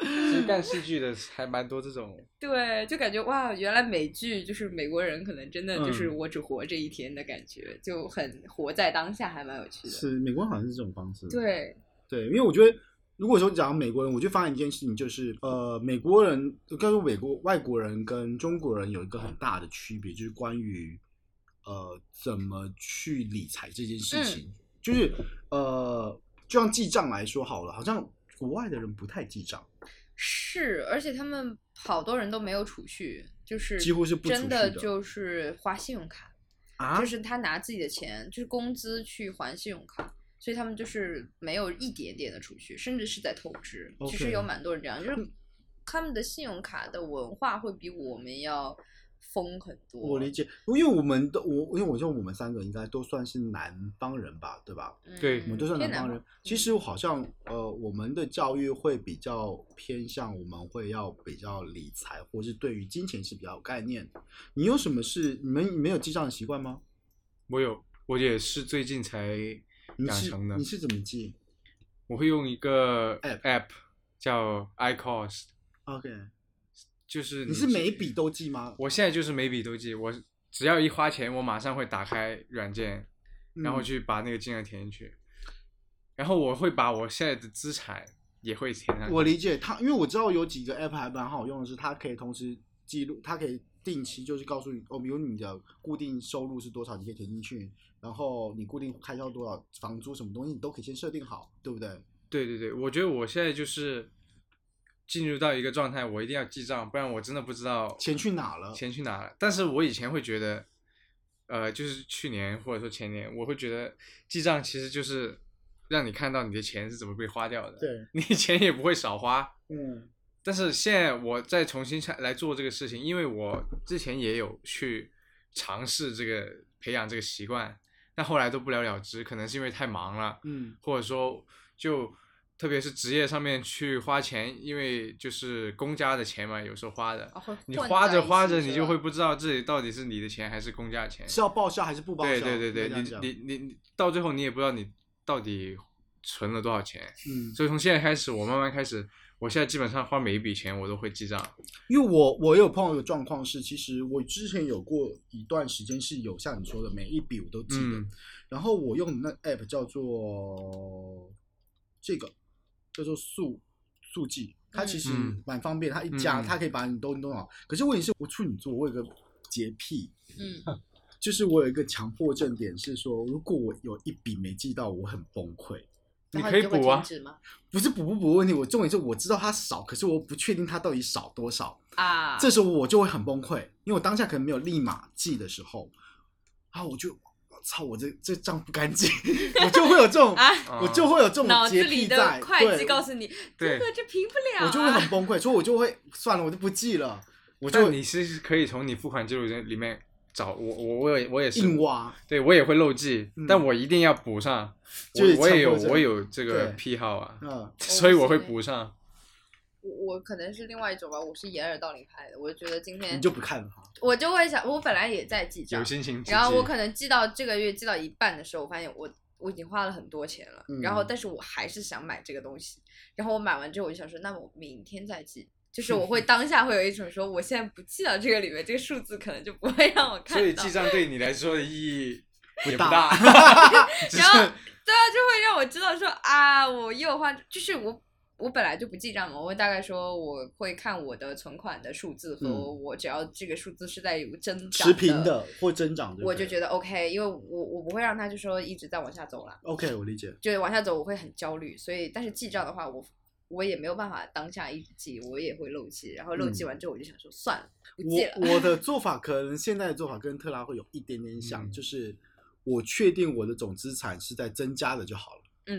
其实干戏剧的还蛮多这种。
对，就感觉哇，原来美剧就是美国人可能真的就是
嗯
我只活这一天的感觉，就很活在当下，还蛮有趣的。
是美国人好像是这种方式。
对，
对，因为我觉得，如果说讲美国人，我就发现一件事情，就是呃，美国人跟美国外国人跟中国人有一个很大的区别，就是关于呃怎么去理财这件事情，就是呃，就像记账来说好了，好像国外的人不太记账，
是，而且他们好多人都没有储蓄，就是
几乎是不
真
储
的
蓄的
就是花信用卡，
啊
就是他拿自己的钱，就是工资去还信用卡，所以他们就是没有一点点的储蓄，甚至是在透支。其实有
OK
蛮多人这样，就是他们的信用卡的文化会比我们要疯很多。
我理解，因为我们的我，因为我觉得我们三个应该都算是南方人吧，对吧？
对
我们都算
偏
南方人。其实好像呃，我们的教育会比较偏向，我们会要比较理财，或是对于金钱是比较有概念的。你有什么是你们你们有记账的习惯吗？
我有，我也是最近才
你
养
是
成的
你。是怎么记
我会用一个
App
app 叫 iCost，
？OK，
就是
你是
记
每一笔都记吗？
我现在就是每笔都记，我只要一花钱，我马上会打开软件，然后
嗯
去把那个金额填进去，然后我会把我现在的资产也会填上去。
我理解它，因为我知道有几个 app 还蛮好用的，是它可以同时记录，它可以定期就是告诉你，哦，比如你的固定收入是多少，你可以填进去，然后你固定开销多少，房租什么东西你都可以先设定好，对不对？
对对对，我觉得我现在就是进入到一个状态，我一定要记账，不然我真的不知道
钱去哪了？
钱去哪了。但是我以前会觉得，呃，就是去年或者说前年，我会觉得记账其实就是让你看到你的钱是怎么被花掉的，
对，
你钱也不会少花。
嗯
但是现在我再重新下来做这个事情，因为我之前也有去尝试这个培养这个习惯，但后来都不了了之，可能是因为太忙了，
嗯
或者说就特别是职业上面去花钱，因为就是公家的钱嘛，有时候花的，
啊会
你
混
花
在
着
一
花
起
着，
是
你就
吧
会不知道这里到底是你的钱还是公家的钱。
是要报销还是不报销？
对对对
应
对，
该这
你
样
你
讲
你你到最后你也不知道你到底存了多少钱。
嗯，
所以从现在开始，我慢慢开始，我现在基本上花每一笔钱我都会记账。
因为我我有碰到一个状况是，其实我之前有过一段时间是有像你说的，每一笔我都记得。
嗯
然后我用的那 app 叫做这个叫做速速记，它其实
嗯
蛮方便，它一加
嗯
它可以把你东西弄好。可是问题是我处女座，我有个洁癖，
嗯，
就是我有一个强迫症点是说，如果我有一笔没记到，我很崩溃。
你
然后
可以
就会
补啊
停止吗？
不是补不补的问题，我重点是我知道它少，可是我不确定它到底少多少，
啊，
这时候我就会很崩溃，因为我当下可能没有立马记的时候，啊，我就我操，我这这账不干净，我就会有这种，
啊，
我就会有这种
脑
洁
子里
癖
的
在，
会计
对，
告诉你，这
对
个这平不了、啊，
我就会很崩溃，所以我就会算了，我就不记了， *laughs* 我
我
就
你其实可以从你付款记录里面找我，我我也我也是，
硬挖，
对我也会漏记，
嗯
但我一定要补上。
就是
我我也
强
有
迫症
我有这个
对
癖好啊，
嗯，
所以我会补上。
我我可能是另外一种吧，我是掩耳盗铃派的，我就觉得今
你
天
就不看了哈，
我就会想，我本来也在记账
有，心情之
然后
际
我可能记到这个月记到一半的时候，我发现我我已经花了很多钱了，
嗯
然后但是我还是想买这个东西，然后我买完之后我就想说，那么我明天再记。就是我
*laughs*
会当下会有一种说，我现在不记到这个里面，这个数字可能就不会让我看
所以
到。
记账对你来说的意义也 *laughs* 不
大
大，只
然后
是
对啊，就会让我知道说啊，我又花，就是我我本来就不记账嘛，我会大概说我会看我的存款的数字和
嗯
我只要这个数字是在有增长
持平的或增长可以了，
我就觉得 OK，因为我我不会让它就说一直在往下走了，
OK，我理解，
就是往下走我会很焦虑，所以但是记账的话我。我也没有办法当下一直记，我也会漏记，然后漏记
嗯
完之后我就想说算了，不记了。 *laughs*
我我的做法可能现在的做法跟特拉会有一点点像，
嗯
就是我确定我的总资产是在增加的就好了。
*laughs*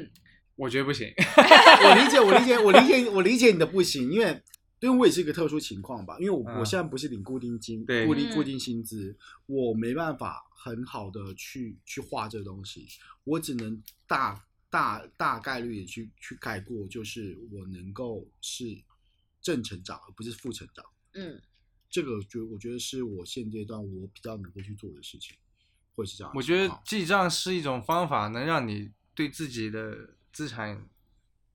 我觉得不行。
我理解，我理解，我理解，我理解你的不行，因为因为我也是一个特殊情况吧，因为我、
嗯
我现在不是领固定金，
对
固定
嗯
固定薪资，我没办法很好的去去画这个东西，我只能大大大概率的去去概括，就是我能够是正成长而不是负成长。
嗯，
这个觉我觉得是我现阶段我比较能够去做的事情，会是这样的
我
情
觉
况。
得记账是一种方法，能让你对自己的资产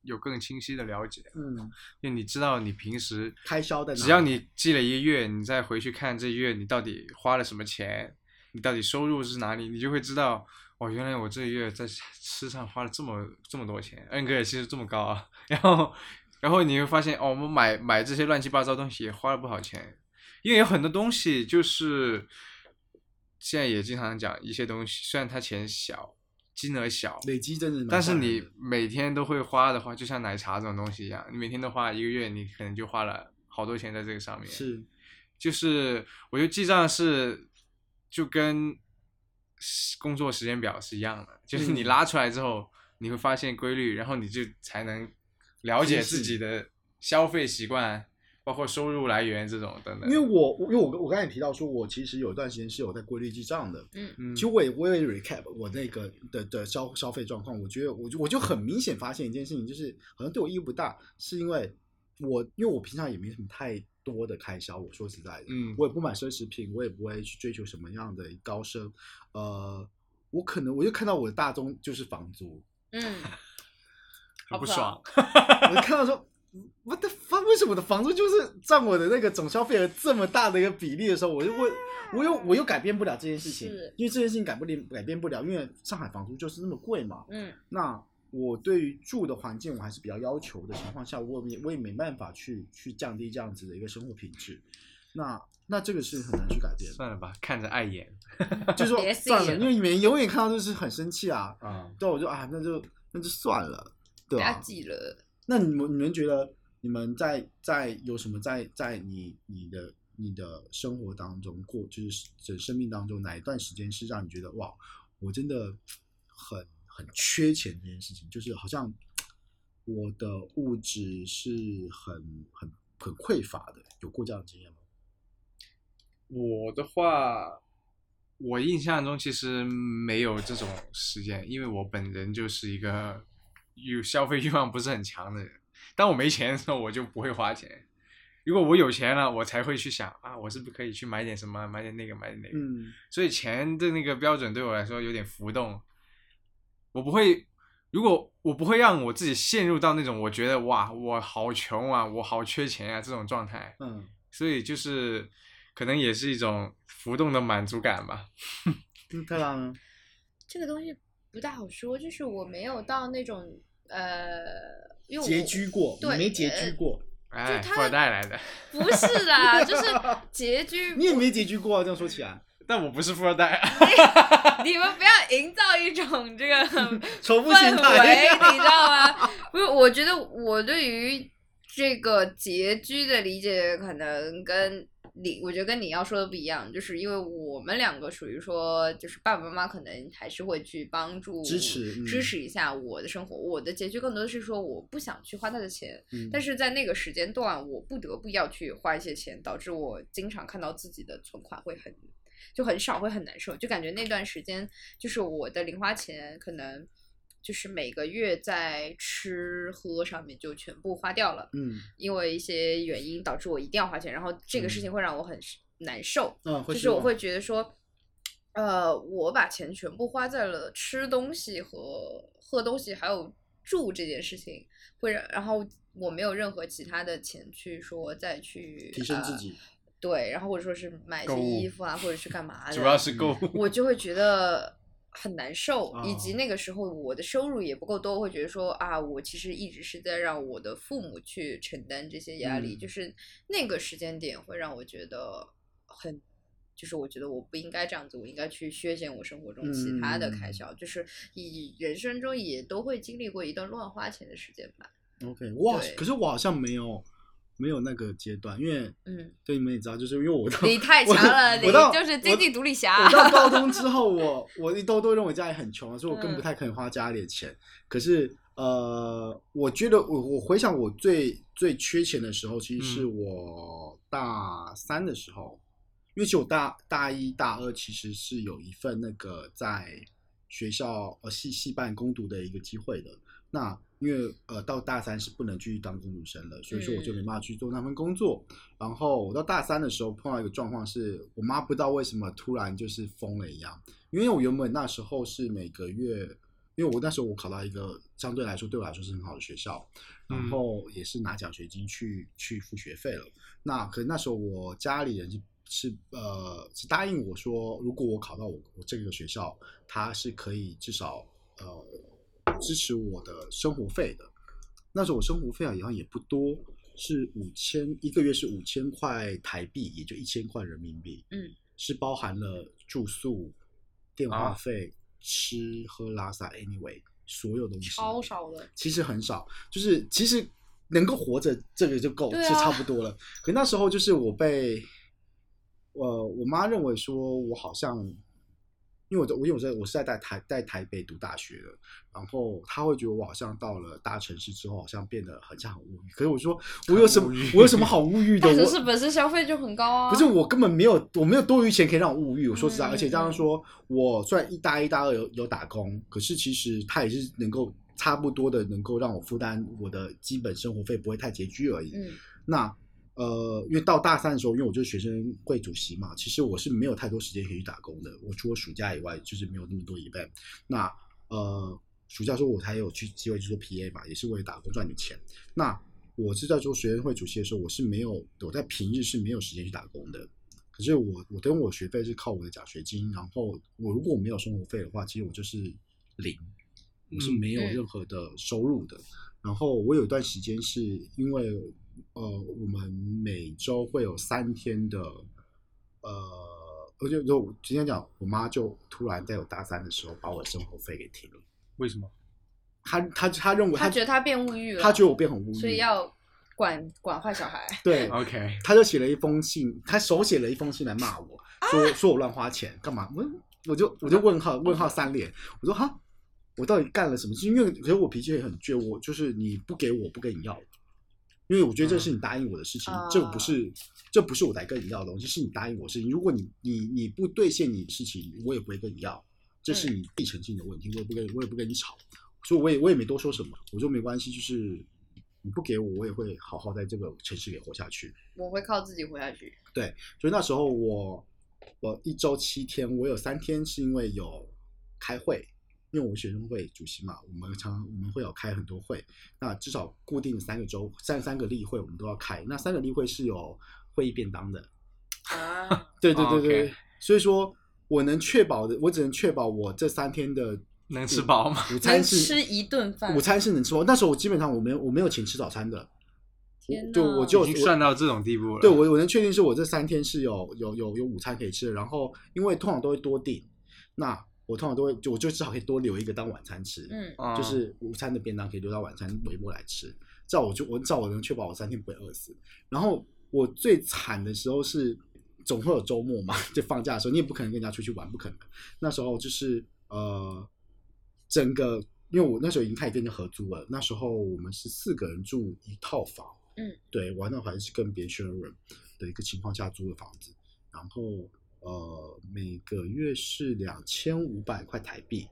有更清晰的了解，
嗯，
因为你知道你平时
开销在哪里
只要你记了一个月，你再回去看这月你到底花了什么钱，你到底收入是哪里，你就会知道。哦，原来我这个月在吃上花了这么这么多钱，恩格尔系数这么高啊！ *laughs* 然后，然后你会发现，哦，我们买买这些乱七八糟东西也花了不少钱，因为有很多东西就是现在也经常讲一些东西，虽然它钱小，金额小，
累积真的蛮
但是
吓人
你
的
每天都会花的话，就像奶茶这种东西一样，你每天都花一个月，你可能就花了好多钱在这个上面。，
是
就是我觉得记账是就跟时工作时间表是一样的，就是你
嗯
拉出来之后，你会发现规律，然后你就才能了解
清晰
自己的消费习惯，包括收入来源这种等等。
因为我因为我我刚才也提到说，我其实有一段时间是有在规律记账的。
嗯
其实我也我也 recap 我那个的的消消费状况，我觉得我就我就很明显发现一件事情，就是好像对我意义不大，是因为我因为我平常也没什么太多的开销。我说实在的，
嗯
我也不买奢侈品，我也不会去追求什么样的高升。呃，我可能我就看到我的大宗就是房租， *laughs*
嗯，
很不爽，
我看到说，what the fuck？为什么我的房租就是占我的那个总消费额这么大的一个比例的时候，我就问，我又我又改变不了这件事情
是，
因为这件事情改不了改变不了，因为上海房租就是那么贵嘛。
嗯
那我对于住的环境我还是比较要求的情况下，我也我也没办法去去降低这样子的一个生活品质。那那这个是很难去改变的，
算了吧，看着碍眼
就是说
别
算
信
了，因为你们永远看到就是很生气啊，
啊。
对，我就啊那就那就算了，
不
对啊吧、
要记了。
那你们你们觉得你们在在有什么在在你你的你的生活当中过，就是这生命当中哪一段时间是让你觉得哇，我真的很很缺钱这件事情，就是好像我的物质是很很很匮乏的，有过这样的经验吗？
我的话，我印象中其实没有这种事件，因为我本人就是一个有消费欲望不是很强的人。当我没钱的时候，我就不会花钱。如果我有钱了，我才会去想啊，我是不是可以去买点什么，买点那个，买点那个。
嗯
所以钱的那个标准对我来说有点浮动，我不会，如果我不会让我自己陷入到那种我觉得哇，我好穷啊，我好缺钱啊这种状态。
嗯，
所以就是可能也是一种浮动的满足感吧。
那特拉呢？
这个东西不大好说，就是我没有到那种呃，因为我
拮据过，你
对
没拮据过，
哎，
就
富
他
二代来的， *laughs*
不是啦，就是拮据，
*laughs* 你也没拮据过啊。这样说起来，
但我不是富二代，啊
你们不要营造一种这个氛围，
仇富
*laughs*
心态。
你知道吗？ *laughs* 不是，我觉得我对于这个拮据的理解可能跟你，我觉得跟你要说的不一样，就是因为我们两个属于说，就是爸爸妈妈可能还是会去帮助
支持嗯
支持一下我的生活，我的拮据更多的是说我不想去花他的钱，
嗯
但是在那个时间段，我不得不要去花一些钱，导致我经常看到自己的存款会很就很少，会很难受，就感觉那段时间就是我的零花钱可能就是每个月在吃喝上面就全部花掉了，
嗯
因为一些原因导致我一定要花钱，然后这个事情会让我很难受，
嗯，
就
失
是我
望
会觉得说，呃，我把钱全部花在了吃东西和喝东西，还有住这件事情，会让然后我没有任何其他的钱去说再去
提升自、
呃
己。
对，然后或者说是买一
购
些
物
衣服啊，或者去干嘛的，
*laughs* 主要
嗯
是购物。
我就会觉得很难受，以及
啊
那个时候我的收入也不够多，我会觉得说啊，我其实一直是在让我的父母去承担这些压力，
嗯
就是那个时间点会让我觉得很。就是我觉得我不应该这样子，我应该去削减我生活中其他的开
嗯
销。就是以人生中也都会经历过一段乱花钱的时间吧。
呃 OK，哇
对！
可是我好像没有没有那个阶段，因为
嗯，
对你们也知道，就是因为我到
你太强了，你
我到
就是经济独立
我
侠。
到 *laughs* 高中之后，我我一都都认为家里很穷，啊所以我更不太可能花家里的钱。可是呃，我觉得我我回想我最最缺钱的时候，其实是
嗯
我大三的时候，因为其实我大大一大二其实是有一份那个在学校呃系系办攻读的一个机会的。那因为呃到大三是不能继续当工读生了，所以说我就
嗯
没办法去做那份工作。然后我到大三的时候碰到一个状况是，我妈不知道为什么突然就是疯了一样，因为我原本那时候是每个月，因为我那时候我考到一个相对来说对我来说是很好的学校，然
嗯
后也是拿奖学金去去付学费了。那可是那时候我家里人是是呃是答应我说，如果我考到我我这个学校，他是可以至少呃支持我的生活费的。那时候我生活费好像也不多，是五千一个月是五千块台币，也就一千块人民币。
嗯，
是包含了住宿、电话
啊
费、吃喝拉撒，anyway 所有东西
超少的，
其实很少，就是其实能够活着这个就够，
对啊
就差不多了。可那时候就是我被，呃，我妈认为说我好像，因为我在我因为我在我是在在台在台北读大学的，然后她会觉得我好像到了大城市之后，好像变得很像很物欲。可是我说我有什么
很物欲
我有什么好物欲的？
大
我
城市本身消费就很高啊。
可是我根本没有，我没有多余钱可以让我物欲。我说实在，
嗯
而且加上说，我虽然一大一大二有有打工，可是其实它也是能够差不多的，能够让我负担我的基本生活费，不会太拮据而已。
嗯
那呃，因为到大三的时候，因为我就是学生会主席嘛，其实我是没有太多时间可以去打工的。我除了暑假以外，就是没有那么多 event。那呃，暑假时候我才有去机会去做 PA 嘛，也是为了打工赚点钱。那我是在做学生会主席的时候，我是没有我在平日是没有时间去打工的。可是我我等我学费是靠我的奖学金，然后我如果没有生活费的话，其实我就是零，我是
嗯
没有
嗯
任何的收入的。然后我有一段时间是因为呃，我们每周会有三天的呃，我就就我今天讲，我妈就突然在我大三的时候把我生活费给停了。
为什么？
她她她认为
他觉得他变物欲了，
她觉得我变很无语，
所以要管管坏小孩。
对
OK，
他就写了一封信，他手写了一封信来骂我，说说我乱花钱干嘛？我我就我就问号问号三连，我说哈，我到底干了什么事？因为可是我脾气也很倔，我就是你不给我不跟你要，因为我觉得这是你答应我的事情，
嗯
这个不是这不是我来跟你要的东西，是你答应我的事情。如果你你你不兑现你的事情，我也不会跟你要，这是你必诚信的问题，我也不跟我也不跟你吵，所以我也我也没多说什么，我说没关系，就是。你不给我，我也会好好在这个城市给活下去。
我会靠自己活下去。
所以那时候我我一周七天，我有三天是因为有开会，因为我是学生会主席嘛，我们常常我们会有开很多会，那至少固定三个周三三个例会我们都要开，那三个例会是有会议便当的，
啊，
对对对
哦 OK
对所以说我能确保的，我只能确保我这三天的
能吃饱吗？
午
能
餐是
吃一顿饭
午。餐是能吃饱，那时候我基本上我没有我没有钱吃早餐的，
天
就
呐
我 *laughs* 就
已经算到这种地步了。
对我我能确定是我这三天是有有有有午餐可以吃的，然后因为通常都会多订，那我通常都会就我就至少可以多留一个当晚餐吃，
嗯，
嗯
就是午餐的便当可以留到晚餐微波来吃，这样我就我这样我能确保我三天不会饿死。然后我最惨的时候是总会有周末嘛，就放假的时候，你也不可能跟人家出去玩，不可能。那时候就是呃，整个因为我那时候已经开始跟人合租了，那时候我们是四个人住一套房，
嗯，
对，我那会还是跟别人 share 的一个情况下租的房子，然后呃每个月是两千五百块台币，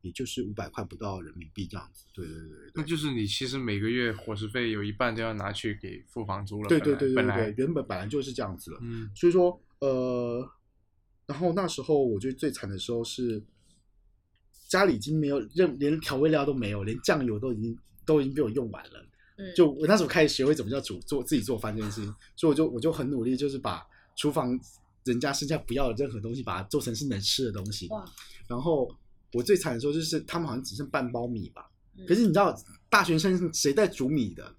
也就是五百块不到人民币这样子，对对对对
那
对。
就是你其实每个月伙食费有一半都要拿去给付房租了。
对对对对
本来
对
本来，
原本本来就是这样子了，
嗯
所以说，呃，然后那时候我觉得最惨的时候是，家里已经没有任连调味料都没有，连酱油都已经都已经被我用完了。
嗯
就我那时候开始学会怎么叫煮做自己做饭这件事情，所以我就我就很努力，就是把厨房人家剩下不要的任何东西，把它做成是能吃的东西
哇。
然后我最惨的时候就是他们好像只剩半包米吧，
嗯
可是你知道大学生谁在煮米的？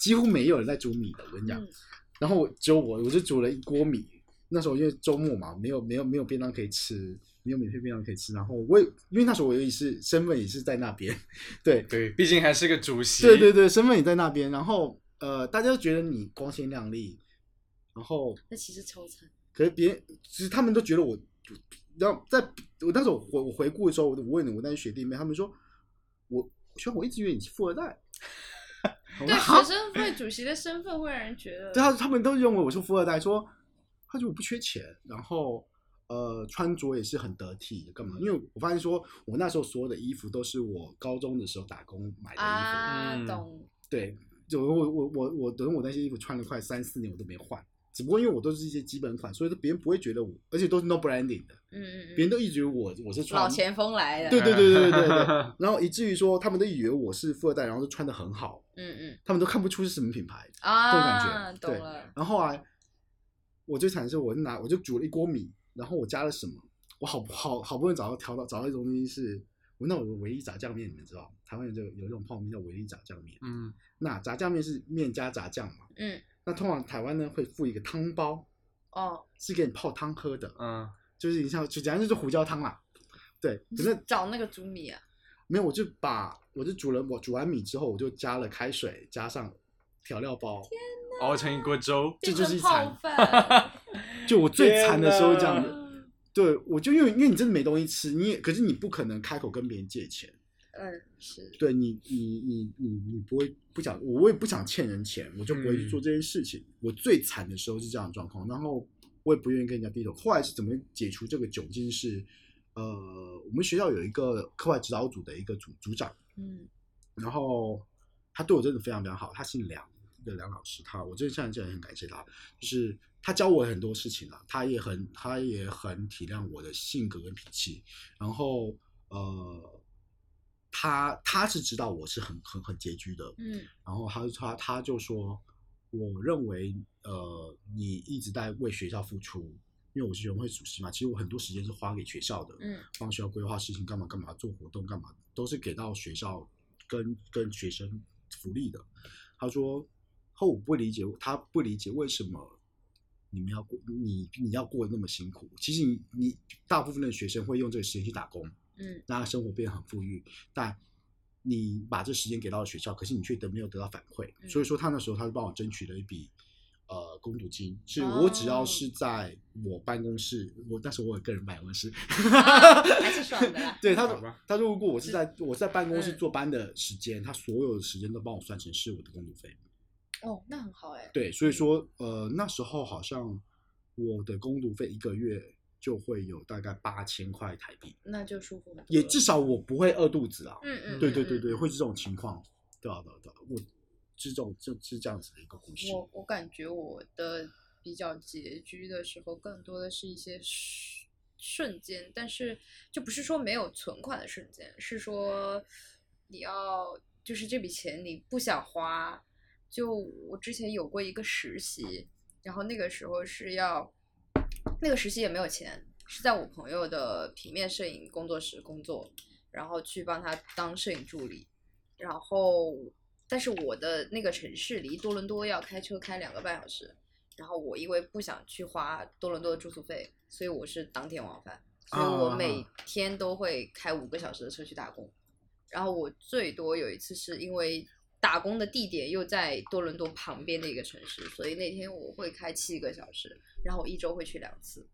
几乎没有人在煮米的，我跟你讲。
嗯
然后只有我，我就煮了一锅米。那时候因为周末嘛，没有没有没有便当可以吃，没有免费便当可以吃。然后我也因为那时候我也是身份也是在那边， *laughs* 对
对，毕竟还是个主席。
对对对，身份也在那边。然后呃，大家都觉得你光鲜亮丽，然后
那其实超惨，
可是别人其实他们都觉得我，然后在我那时候我我回顾的时候，我问我那些学弟妹，他们说我学长我一直以为你是富二
*laughs*
代。我
对
说
学生会主席的身份会让人觉得，
啊 *laughs* 对啊他他们都认为我是富二代，说他就我不缺钱，然后呃穿着也是很得体，干嘛？因为我发现说我那时候所有的衣服都是我高中的时候打工买的衣服，
啊
嗯
懂，
对，就我我我我等我那些衣服穿了快三四年我都没换，只不过因为我都是一些基本款，所以别人不会觉得我，而且都是 no branding 的，
嗯嗯
别人
嗯，
都一直觉得我我是穿
老前锋来的，
对对对对对对对，然后以至于说他们都以为我是富二代，然后都穿的很好，
嗯嗯
他们都看不出是什么品牌。种感觉
啊，懂
对
了，
然后后来我最惨的是，我拿我就煮了一锅米，然后我加了什么？我好好好不容易找到调到找到一种东西是，我那我维力炸酱面，你们知道，台湾有这个有一种泡面叫维力炸酱面。
嗯，
那炸酱面是面加炸酱嘛？
嗯
那通常台湾呢会附一个汤包，
哦，
是给你泡汤喝的，
嗯
就是你像就简单就是胡椒汤啦。对，可是
找那个朱米啊，
没有，我就把我就煮了我煮完米之后，我就加了开水，加上调料包，
熬成一锅粥。
这
变
就是
成
一
泡
餐。
饭，
*laughs* 就我最惨的时候是这样
天
的。对，我就因为因为你真的没东西吃，你也可是你不可能开口跟别人借钱，
嗯是，
对你你你你你不会不想，我也不想欠人钱，我就不会去做这件事情。我最惨的时候是这样的状况，然后我也不愿意跟人家低头。后来是怎么解除这个窘境是，呃，我们学校有一个课外指导组的一个组组长，
嗯
然后他对我真的非常非常好，他姓梁，一个梁老师，他我真的现在真的很感谢他，就是他教我很多事情啊，他也很他也很体谅我的性格跟脾气，然后呃，他他是知道我是很很很拮据的，
嗯
然后他就他他就说，我认为呃你一直在为学校付出。因为我是学生会主席嘛，其实我很多时间是花给学校的，
嗯
帮学校规划事情，干嘛干嘛，做活动干嘛，都是给到学校跟跟学生福利的。他说，后我不理解，他不理解为什么你们要过你你要过得那么辛苦。其实你你大部分的学生会用这个时间去打工，
嗯
让他生活变得很富裕，但你把这时间给到了学校，可是你却得没有得到反馈，
嗯
所以说他那时候他就帮我争取了一笔呃工读金，是我只要
哦
是在我办公室，我但是我有个人办公室，
啊还是爽的啦
*laughs* 对他
好吧
他说如果我是在我是在办公室
嗯
坐班的时间，他所有的时间都帮我算成是我的工读费，
哦，那很好哎，
对，所以说呃那时候好像我的工读费一个月就会有大概八千块台币，
那就舒服很多了，
也至少我不会饿肚子啊，
嗯嗯，
对
嗯
对对
嗯
对，会是这种情况，对啊对啊对啊，我是这种就是这样子的一个故事，
我我感觉我的比较拮据的时候，更多的是一些瞬瞬间，但是就不是说没有存款的瞬间，是说你要就是这笔钱你不想花。就我之前有过一个实习，然后那个时候是要那个实习也没有钱，是在我朋友的平面摄影工作室工作，然后去帮他当摄影助理，然后但是我的那个城市离多伦多要开车开两个半小时，然后我因为不想去花多伦多的住宿费，所以我是当天往返，所以我每天都会开五个小时的车去打工。然后我最多有一次是因为打工的地点又在多伦多旁边的一个城市，所以那天我会开七个小时，然后我一周会去两次。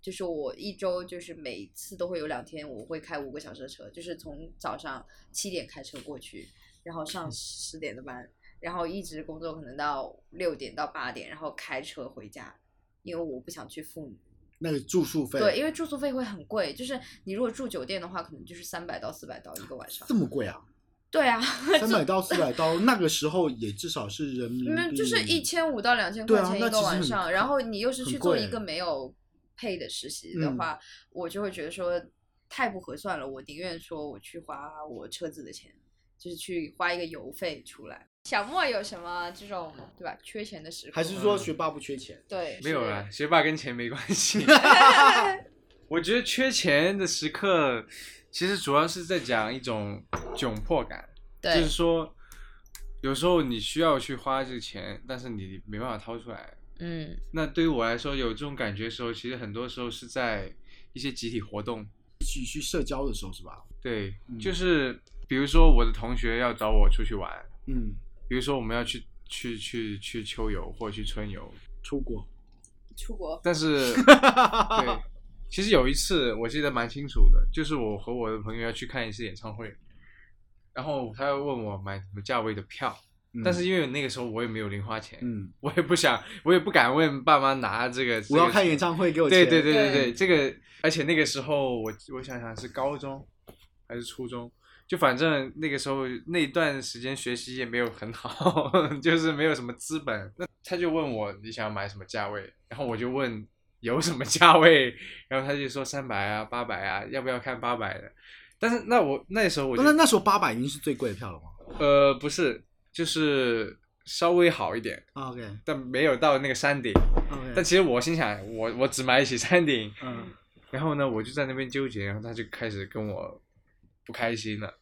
就是我一周就是每次都会有两天，我会开五个小时的车，就是从早上七点开车过去，然后上十点的班，然后一直工作可能到六点到八点，然后开车回家，因为我不想去父母。
那个住宿费
对，因为住宿费会很贵，就是你如果住酒店的话，可能就是三百到四百刀一个晚上
这。么贵
*laughs*
啊，
对啊，
三百到四百刀，那个时候也至少是人民
那
币，
就是一千五到两千
对
块
啊
钱一
那其
个
实
晚
很
上，然后你又是
很
去做
贵
一个没有配的实习的
嗯
话，我就会觉得说太不合算了，我宁愿说我去花我车子的钱，就是去花一个油费出来。小莫有什么这种对吧缺钱的时刻吗？
还是说
嗯
学霸不缺钱？
对
没有
了
啦，学霸跟钱没关系。我觉得缺钱的时刻，其实主要是在讲一种窘迫感，就
对
是说，有时候你需要去花这个钱，但是你没办法掏出来。
嗯
那对于我来说，有这种感觉的时候，其实很多时候是在一些集体活动，
一起去社交的时候是吧？
对，
嗯
就是比如说我的同学要找我出去玩，
嗯，
比如说我们要去去去去秋游或者去春游，
出国，
出国
*laughs*
但是对，其实有一次我记得蛮清楚的，就是我和我的朋友要去看一次演唱会，然后他要问我买什么价位的票，
嗯
但是因为那个时候我也没有零花钱，
嗯，
我也不想，我也不敢问爸妈拿这个。
我要看演
唱
唱会，给我
会。
钱。
对对对对
对
对，这个，而且那个时候我我想想是高中还是初中，就反正那个时候那段时间学习也没有很好， *laughs* 就是没有什么资本。那他就问我你想要买什么价位，然后我就问有什么价位，然后他就说三百啊、八百啊，要不要看八百的？但是那我那时候我
不
就是
那时候八百已经是最贵的票了吗
呃不是，就是稍微好一点，
啊？OK
但没有到那个山顶。但
OK，
其实我心想，我我只买得起山顶，
嗯
然后呢，我就在那边纠结，然后他就开始跟我不开心了。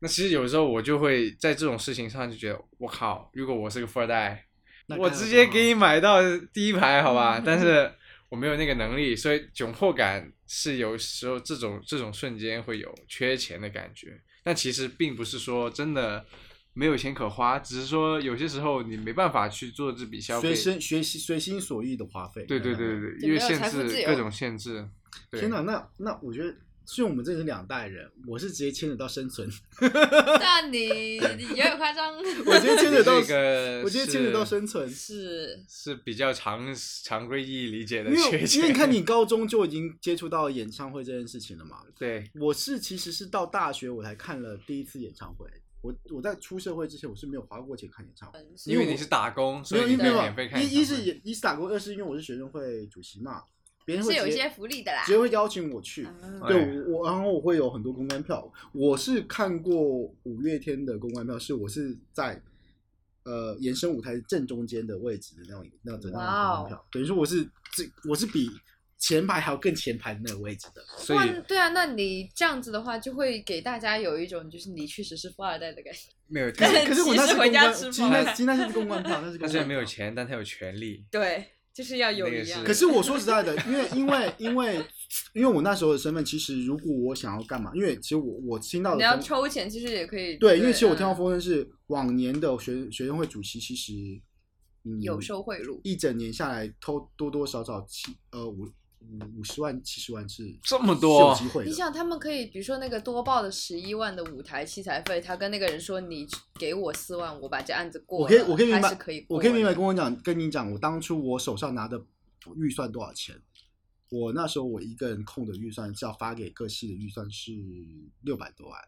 那其实有时候我就会在这种事情上就觉得，我靠，如果我是个富二代，
那
我
该有
直
多
接
好
给你买到第一排，好吧？但是我没有那个能力，所以窘迫感是有时候这种这种瞬间会有缺钱的感觉。但其实并不是说真的没有钱可花，只是说有些时候你没办法去做这笔消费
随。身嗯学习随心所欲的花费。
对对对对，
就
因为
没有
限
财富自
制
由
各种限制。对
天哪，那那我觉得，虽然我们这是两代人，我是直接牵扯到生存，
那你你有点夸张， *laughs*
我直接牵扯到，
这个
我直接牵扯到
是
生存，
是
是比较常常规意义理解的
因为
缺
因
钱。
为你看你高中就已经接触到演唱会这件事情了嘛。
对，
我是其实是到大学我才看了第一次演唱会，我我在出社会之前我是没有花过钱看演唱会。
嗯
因为你是打工，所
没有，
以你
因为
可
没
以
有啊
免费看演唱会。
一一是演一是打工，二是因为我是学生会主席嘛，别人会
是有一
直接
些福利的啦
直。接会邀请我去。
啊
对我，我然后我会有很多公关票。我是看过五月天的公关票，是我是在呃延伸舞台正中间的位置的那种那样子的那种
哦
公关票，等于说我是最我是比前排还要更前排的那个位
*laughs*
置的。
所
哇
以
对啊，那你这样子的话，就会给大家有一种就是你确实是富二代的感觉。
没有，
可
他
是可是我那是
其实回
公
家
关，
吃
其
饭
实那其实那是公关票，那
*laughs*
是公
他
关票
虽然没有钱，但他有权利。
对，就是要有
那个
一样。
是
可是我说实在的，因为因为因为因为我那时候的身份，其实如果我想要干嘛，因为其实我我听到的
你要
风
抽钱，其实也可以。
对，因为其实我听到
嗯
风声是往年的学学生会主席其实嗯
有收贿赂
一整年下来偷多多少少七呃五五五十万七十万是
这么多啊
是有机会
你
的。
想，他们可以，比如说那个多报的十一万的舞台器材费，他跟那个人说：“你给我四万，我把这案子过了。”
我可以我可以明
他
白
是可以，过
我
的，
可以明白跟我讲跟你讲，我当初我手上拿的预算多少钱？我那时候我一个人空的预算是要发给各系的预算是六百多万，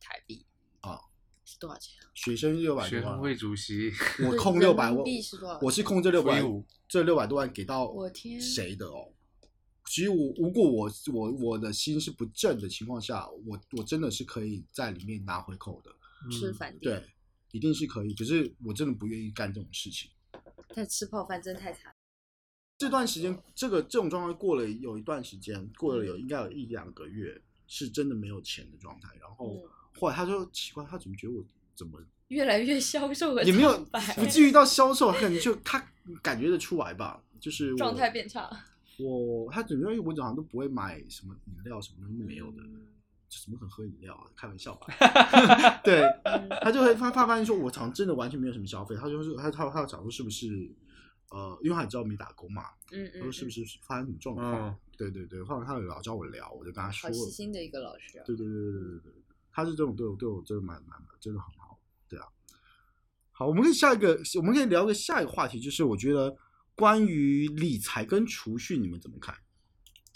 台币
啊
是多少钱啊？
学生六百
学
多
生
万，
会 *laughs* 主席，
我
对
空
人
六百
民
万，
币是多少
我是空这六百
所以我
这六百多万给到
我天
谁的哦？其实我如果我我我的心是不正的情况下，我我真的是可以在里面拿回扣的，
吃饭
嗯
店，
对，一定是可以。可是我真的不愿意干这种事情。
但吃泡饭真太惨了。
这段时
哦
间，这个这种状态过了有一段时间，过了有应该有一两个月，是真的没有钱的状态。然后
嗯
后来他说奇怪，他怎么觉得我怎么
越来越消瘦和
也没有
苍
*laughs*
白
不至于到消瘦，可能就他感觉得出来吧，就是我
状态变差。
我他整个我好像都不会买什么饮料，什么东西没有的，就怎么可能喝饮料啊？开玩笑吧。 *laughs* 对，
嗯
他就会发发发现说，我好像真的完全没有什么消费。他就是他他他想说是不是呃，因为他也知道我没打工嘛，
嗯
他说
嗯
是不
嗯，
是发生什么状况？
嗯
对对对，后来他有老找我聊，我就跟他说
好
了，
细心的一个老师啊。
对对对对对对对，他是这种对我对我真的蛮蛮真的很好，对啊。好，我们可以下一个，我们可以聊个下一个话题，就是我觉得关于理财跟储蓄你们怎么看？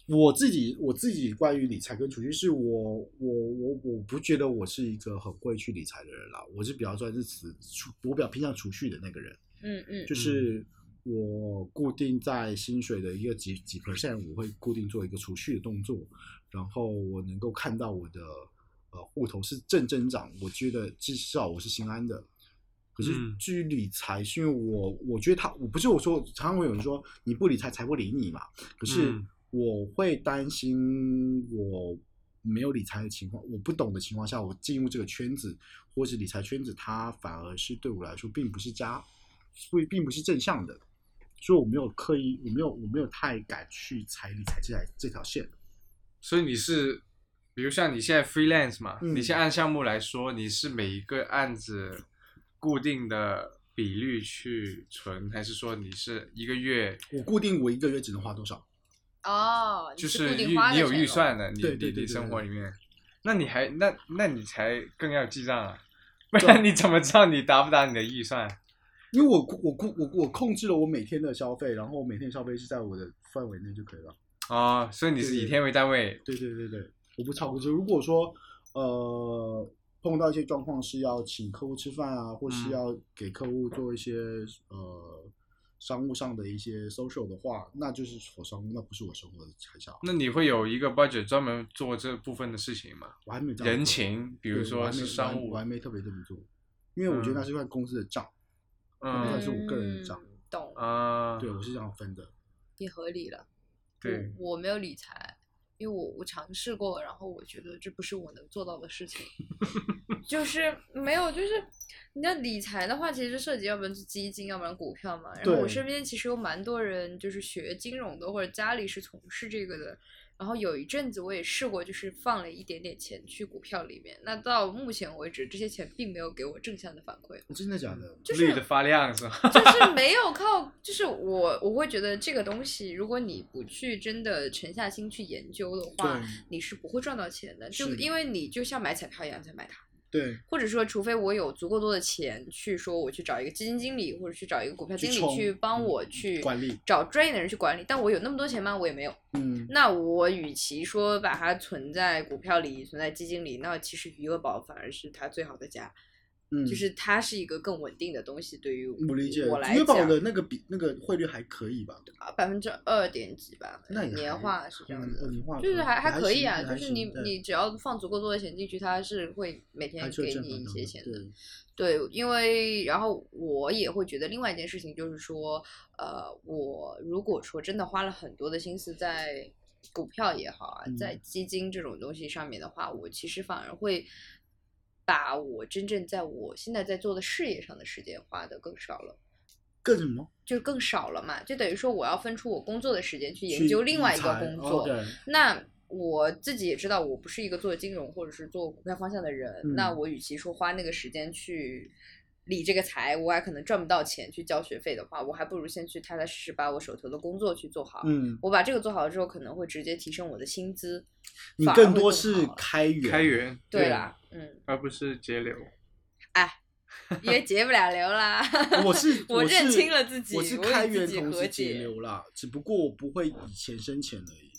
我自己我自己关于理财跟储蓄，是我我我我不觉得我是一个很会去理财的人啦，我是比较专是储，我比较偏向储蓄的那个人。
嗯嗯
就是我固定在薪水的一个几几 percent，我会固定做一个储蓄的动作，然后我能够看到我的呃户头是正增长，我觉得至少我是心安的。可是
嗯
至于理财，是因为我我觉得他我不是我说，常常会有人说你不理财财不理你嘛，可是
嗯
我会担心我没有理财的情况，我不懂的情况下，我进入这个圈子或是理财圈子，它反而是对我来说并不是加，不并不是正向的，所以我没有刻意，我没有我没有太敢去踩理财这条这条线。
所以你是，比如像你现在 freelance 嘛，
嗯
你先按项目来说，你是每一个案子固定的比率去存，还是说你是一个月
我固定我一个月只能花多少？
哦，你
就是
固
是
定
预
花
你
的
有
钱咯
预算的，你
对对
你
对
你
对
生
对
活里面，那你还那那你才更要记账啊，不然你怎么知道你达不达你的预算？
因为我我控我我控制了我每天的消费，然后我每天的消费是在我的范围内就可以了。
哦，所以你是
对对
以天为单位，
对对对对，我不超过。就如果说呃碰到一些状况是要请客户吃饭啊，或是
嗯
要给客户做一些呃商务上的一些 social 的话，那就是我商务，那不是我生活的开销。
那你会有一个 budget 专门做这部分的事情吗？
我还没有这样
人
做，
情，
比
比如说是商
我
务
还，没特别这么做，因为我觉得那
嗯
是算公司的账，那算
嗯
是我个人的账。
嗯懂，
啊，
对我是这样分的。
也合理了。
对，
我我没有理财，因为我我尝试过，然后我觉得这不是我能做到的事情， *laughs* 就是没有，就是你那理财的话，其实涉及要不然就基金，要不然股票嘛。然后我
对
身边其实有蛮多人就是学金融的，或者家里是从事这个的。然后有一阵子我也试过，就是放了一点点钱去股票里面，那到目前为止，这些钱并没有给我正向的反馈。
真的假的？
就是
绿的发亮是吧？
就是没有靠，就是我我会觉得这个东西，如果你不去真的沉下心去研究的话，你是不会赚到钱的。就是因为你就像买彩票一样在买它，
对
或者说，除非我有足够多的钱去说我去找一个基金经理，或者去找一个股票
去
经理
冲
去帮
嗯
我去
管理
找专业的人去管理，但我有那么多钱吗？我也没有。
对，嗯，
那我与其说把它存在股票里、存在基金里，那其实余额宝反而是它最好的家，
嗯
就是它是一个更稳定的东西。对于
我理解。
我来
余
讲，
宝的那个比那个汇率还可以吧？
啊，百分之二点几吧，
那也
年
还
化是这样
嗯
子的，
年化
就是还
还
可以
行
啊，
也
就
还
是
行
你
对
你只要放足够多的钱进去，它是会每天
还是有
给
正
你
反
一
馈
些
的
钱的。
对，
对，因为然后我也会觉得另外一件事情就是说，呃，我如果说真的花了很多的心思在股票也好啊，在
嗯
基金这种东西上面的话，我其实反而会把我真正在我现在在做的事业上的时间花的更少了。
更什么？
就更少了嘛，就等于说我要分出我工作的时间去研
去
究另
理
外一个
财
工
哦
作。
对
那我自己也知道，我不是一个做金融或者是做股票方向的人，
嗯
那我与其说花那个时间去理这个财，我还可能赚不到钱去交学费的话，我还不如先去踏踏实实把我手头的工作去做好。
嗯，
我把这个做好了之后，可能会直接提升我的薪资，
你
反而
更
会
多
好
是
啊
开 *laughs* 源，
开，源，
对啦，嗯，
而不是节流。
也解不了流啦。
*laughs* 我是
*laughs* 我认
是
清了自己
我是
我与
开
自
源
己
同
和
时节
解
流啦，只不过我不会以钱生钱而已。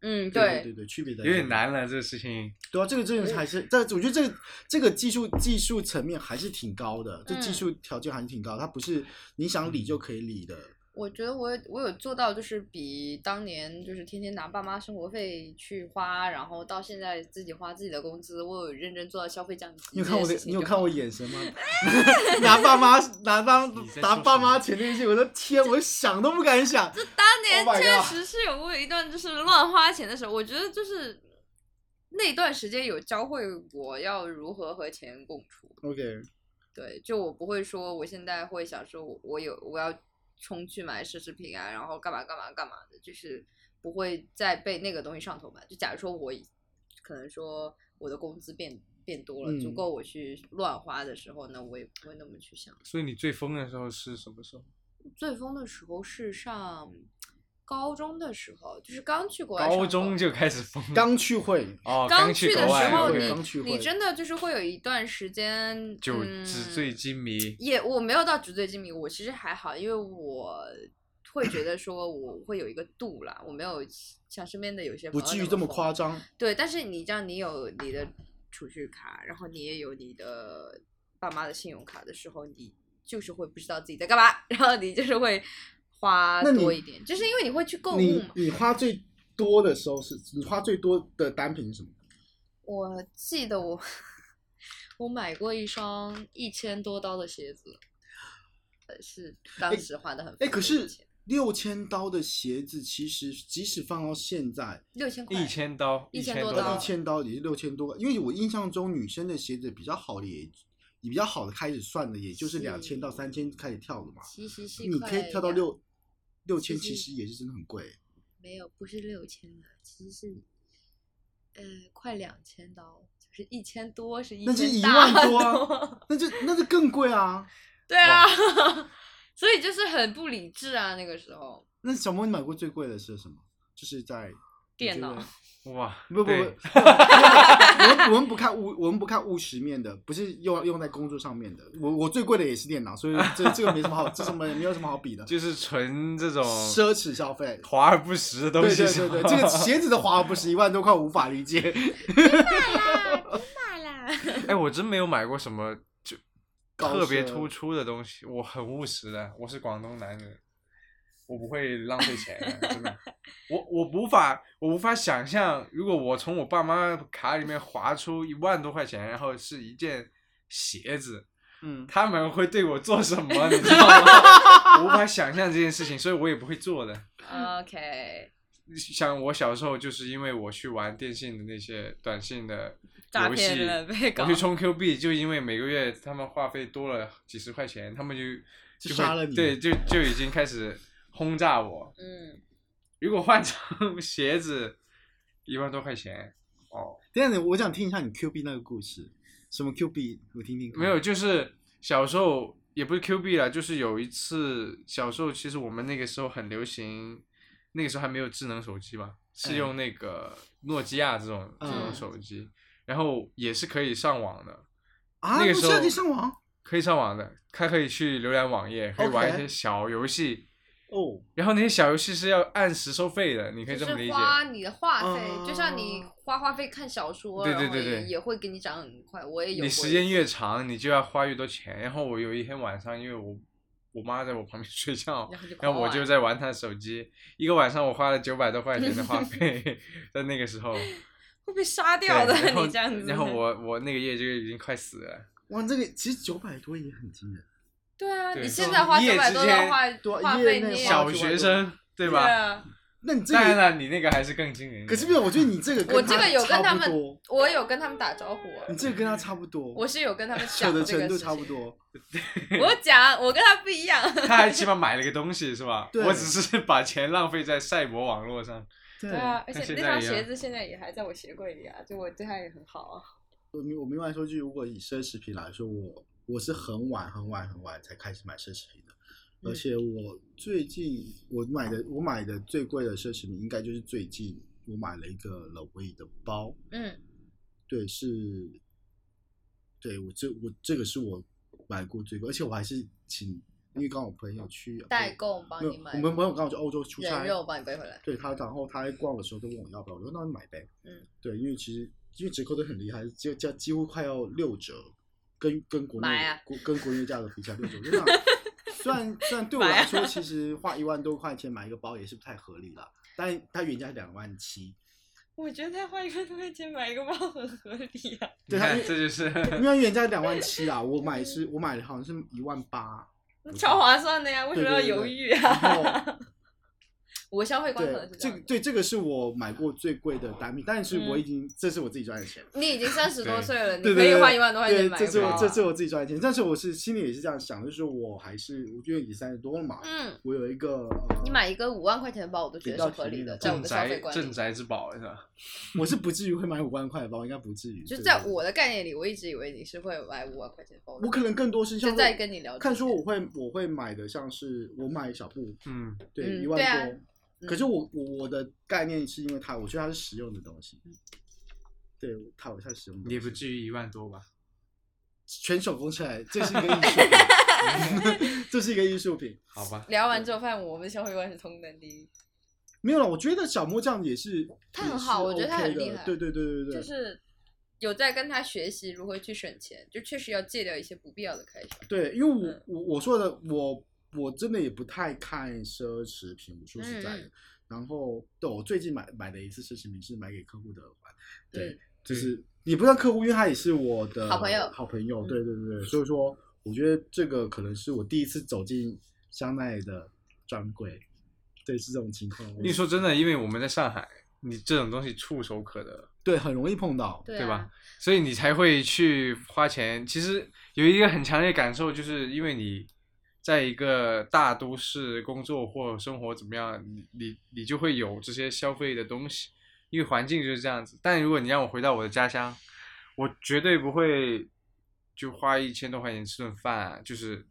嗯，
对对对，区别在
有
这
点
里。
难了，这个事情。
对啊，这个真的是还是，但我觉得这个这个技术技术层面还是挺高的，这技
嗯
术条件还是挺高，它不是你想理就可以理的。
我觉得我有我有做到，就是比当年就是天天拿爸妈生活费去花，然后到现在自己花自己的工资，我有认真做到消费降级。
你有看我的，你有看
我？
我眼神吗？ *laughs* 拿爸妈拿爸
你在
拿
说
爸
什么
妈钱这件事，我的天，我想都不敢想。
当年
Oh my
确
god
实是有过一段就是乱花钱的时候，我觉得就是那段时间有教会我要如何和钱共处。
OK，
对，就我不会说我现在会想说我我有我要冲去买奢侈品啊，然后干嘛干嘛干嘛的，就是不会再被那个东西上头吧。就假如说我可能说我的工资变变多了，
嗯
足够我去乱花的时候呢，我也不会那么去想。
所以你最疯的时候是什么时候？
最疯的时候是上高中的时候，就是刚去国外上
高
课
中就开始疯了，
刚去会，
哦，
刚
去
的
国外
时候，
对
，OK
刚去
你你
会
真的就是会有一段时间
就
嗯
纸醉金迷，
也我没有到纸醉金迷，我其实还好，因为我会觉得说我会有一个度啦，我没有像身边的有些
不
朋友
至于
那
这么
疯
夸张。
对，但是你这样，你有你的储蓄卡，然后你也有你的爸妈的信用卡的时候，你就是会不知道自己在干嘛，然后你就是会花
那你
多一点，就是因为你会去购物
你
嘛。
你花最多的时候是，你花最多的单品是什么？
我记得我 *laughs* 我买过一双一千多刀的鞋子，呃是当
哎
时花的很
哎，可
疯
是
的一千
六千刀的鞋子，其实即使放到现在，
六千块
一千刀，
一千
千
多刀
一千刀也是六千多，因为我印象中女生的鞋子比较好的也，你比较好的开始算的，也就是
是
两千到三千开始跳的嘛。
七十七
你
块
可以跳到
两
六六千，
其
其
实
实也是真的很贵。
没有，不是六千了，其实是，呃，快两千刀，就是一千多是一
那
千
就一
大
万多啊
多 *laughs*
那就那就更贵啊！
对啊， *laughs* 所以就是很不理智啊，那个时候
那小莫，你买过最贵的是什么？就是在
电脑
你觉得
哇，
不不不，
对
我们我们不看务我们不看务实面的，不是用用在工作上面的。我我最贵的也是电脑，所以这这个没什么好，这什么没有什么好比的，
就是纯这种
奢侈消费。
华而不实的东
对
西
对
是
对
吧，
对，这个鞋子的花不是一万多块，无法理解。
买啦，别买啦。
*laughs* 哎，我真没有买过什么就
高
特别
奢
突出的东西，我很务实的，我是广东男人，我不会浪费钱的，真的。我我无法我无法想象，如果我从我爸妈卡里面划出一万多块钱，然后是一件鞋子，
嗯，
他们会对我做什么，
*laughs*
你知道吗？我无法想象这件事情，所以我也不会做的。 *laughs*
OK，
像我小时候，就是因为我去玩电信的那些短信的
诈
游
骗
戏，
的被搞
我去充 Q 币，就因为每个月他们话费多了几十块钱，他们就
就
就会
杀了你
对，就就已经开始轰炸我。
嗯，
如果换成 *laughs* 鞋子，一万多块钱哦，
等一下你，我想听一下你 Q B 那个故事，什么 Q B，我听听看。
没有，就是小时候也不是 Q 币了，就是有一次小时候，其实我们那个时候很流行，那个时候还没有智能手机嘛，是
嗯
用那个诺基亚这种、这种
嗯
手机，然后也是可以上网的，
啊，
那个
我
时
现在
候
可以上网
可以上网的，还可以去浏览网页，可以
OK
玩一些小游戏。
哦，
然后那些小游戏是要按时收费的，你可以这
就
么理
是
解。啊
花你的话费，就像你
哦
花话费看小说，
对
然
对
后
对
也
对
也会给你涨很快，我也有过
你
一次。
时间越长，你就要花越多钱。然后我有一天晚上，因为我我妈在我旁边 *laughs* 睡觉，
然后就
然后我
狂
就
玩
在玩她的手机。一个晚上我花了九百多块钱的
*laughs*
话费，在那个时候。
会被杀
对
掉的，
然后
你这样子。
然后我我那个夜就已经快死了。
哇，这个其实九百多也很惊人。
对啊，
对
你
就
现
是
在花
一夜
九百
之
多
间
的话
对
话
一
费，
夜
你
内
也
花
要
小
900
学
多
生对吧？
啊
那你这
当然
个，
了，你那个还是更惊人一点。
可是没有，我觉得你这 *laughs* 个跟
我这
他
个有跟
差
他
不
们
多，
我有跟他们打招呼，
你这个跟他差不多，
我是有跟
*laughs*
他们
扯
讲
的
这
程
个
度
事
差不
情。
多。
我讲，我跟他不一样。
他还起码买了个东西是吧？
对
我只是把钱浪费在赛博网络上。
对
对啊， *laughs* 而
跟
且
现
那
在
双
一样
鞋子现在也还在我鞋柜里啊，就我对它也很好啊。
我明我明白说句，如果以奢侈品来说，我我是很晚很晚很晚才开始买奢侈品的，
嗯
而且我最近我买的我买的最贵的奢侈品，应该就是最近我买了一个 l o u i 的包，
嗯，
对，是，对我这我这个是我买过最贵，而且我还是请，因为刚好我朋友去啊
代，购帮
没有
你买，
我们朋友刚好去欧洲出差，
人肉帮你背回来。
对他，然后他在逛的时候就问我要不要，我说那你买呗。
嗯，
对，因为其实因为折扣都很厉害，就叫几乎快要六折，跟跟国内
买啊
国跟国内价格比起来六折，我就想
*laughs*
虽然虽然对我
啊
来说，其实花一万多块钱买一个包也是不太合理了，但它原价是两万
*laughs*
七，
我觉得他花一万多块钱买一个包很合理啊。
对
你
他
看
因为
这就是
因为原价两万七啦，我买是我买的好像是一万八，
那超划算的呀，为什么要
对对对
犹豫啊？
然后
我消 *laughs* 费观可
对
能是，这
这
样
个
的。嗯
对这个是我买过最贵的单品，但是我已经这是我自己赚的钱，
你已经三十多
对
岁了，你
对
可
对
以
对
花一万多块钱
对，
买
这是
包
我
啊
这是我自己赚的钱，但是我是心里也是这样想，就是我还是我觉得你三十多了嘛，
嗯，
我有一个呃，
你买一个五万块钱的包，我都觉得是合理的，
比较体
在我
*laughs* 镇
的消
宅
费观
镇
里，
宅之宝是吧？
我是不至于会买五万块的包，应该不至于，
就是
对
在
不对
我的概念里，我一直以为你是会买五万块钱的包的。
我可能更多是像
就在跟你聊
看
这
说
些
我会我会买的像是我买小布，
嗯，
对
嗯
一万
对啊
多，可是我我我的概念是因为它，我觉得它是实用的东西，
嗯
*laughs* 对它它是实用的东西，
也不至于一万多吧？
全手工起来，这是一个艺术
*laughs*
品，这是一个艺术品。
好吧，
聊完之后，发现我们消费观是同等第一，
没有了，我觉得小莫这样也是，
他很好
也是
我觉得他
OK
很厉
的
害
对对对对
就
对，
是有在跟他学习如何去省钱，就确实要戒掉一些不必要的开销。
对，因为我、
嗯
我我说的，我我真的也不太看奢侈品，我说实在的。
嗯
然后，对我最近买买的一次奢侈品是买给客户的耳环，对，
嗯
就是也不算客户，因为他也是我的
好朋友
好朋友，
嗯
对对对对，所以说我觉得这个可能是我第一次走进香奈的专柜，对，是这种情况。
你说真的，因为我们在上海，你这种东西触手可得。
对，很容易碰到，
对
对吧
啊？
所以你才会去花钱。其实有一个很强烈的感受，就是因为你在一个大都市工作或生活怎么样，你你你就会有这些消费的东西，因为环境就是这样子。但如果你让我回到我的家乡，我绝对不会就花一千多块钱吃顿饭，就是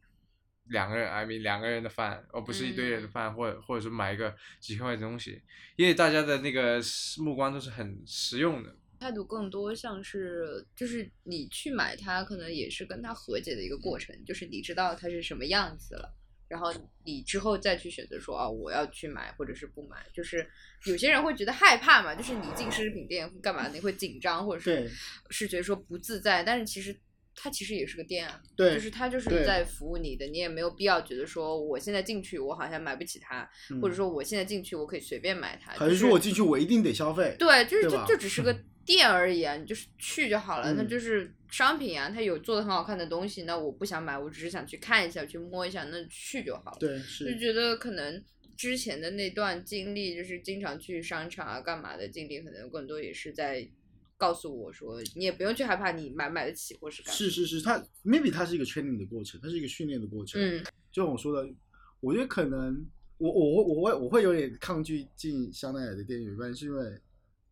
两个人，I mean 两个人的饭，而不是一堆人的
嗯
饭，或者或者是买一个几千块钱的东西，因为大家的那个目光都是很实用的。
态度更多像是，就是你去买它，可能也是跟它和解的一个
嗯
过程，就是你知道它是什么样子了，然后你之后再去选择说，哦，我要去买或者是不买。就是有些人会觉得害怕嘛，就是你进奢侈品店干嘛，你会紧张或者
对
是是觉得说不自在，但是其实它其实也是个店啊，
对，
就是它就是
对
在服务你的，你也没有必要觉得说我现在进去我好像买不起它，
嗯
或者说我现在进去我可以随便买它，
还
就是
说我进去我一定得消费，
对，就是
对
就
吧
就
*laughs*
只是个店而已啊，你就是去就好了。那
嗯
就是商品啊，它有做的很好看的东西，那我不想买，我只是想去看一下，去摸一下，那去就好了。
对，
就是觉得可能之前的那段经历，就是经常去商场啊干嘛的经历，可能更多也是在告诉我说，你也不用去害怕你买不买得起或是干嘛。
是是是，它 maybe 它是一个 training 的过程，它是一个训练的过程，
嗯，
就像我说的，我觉得可能我我我我会我会有点抗拒进香奈儿的店，有一半是因为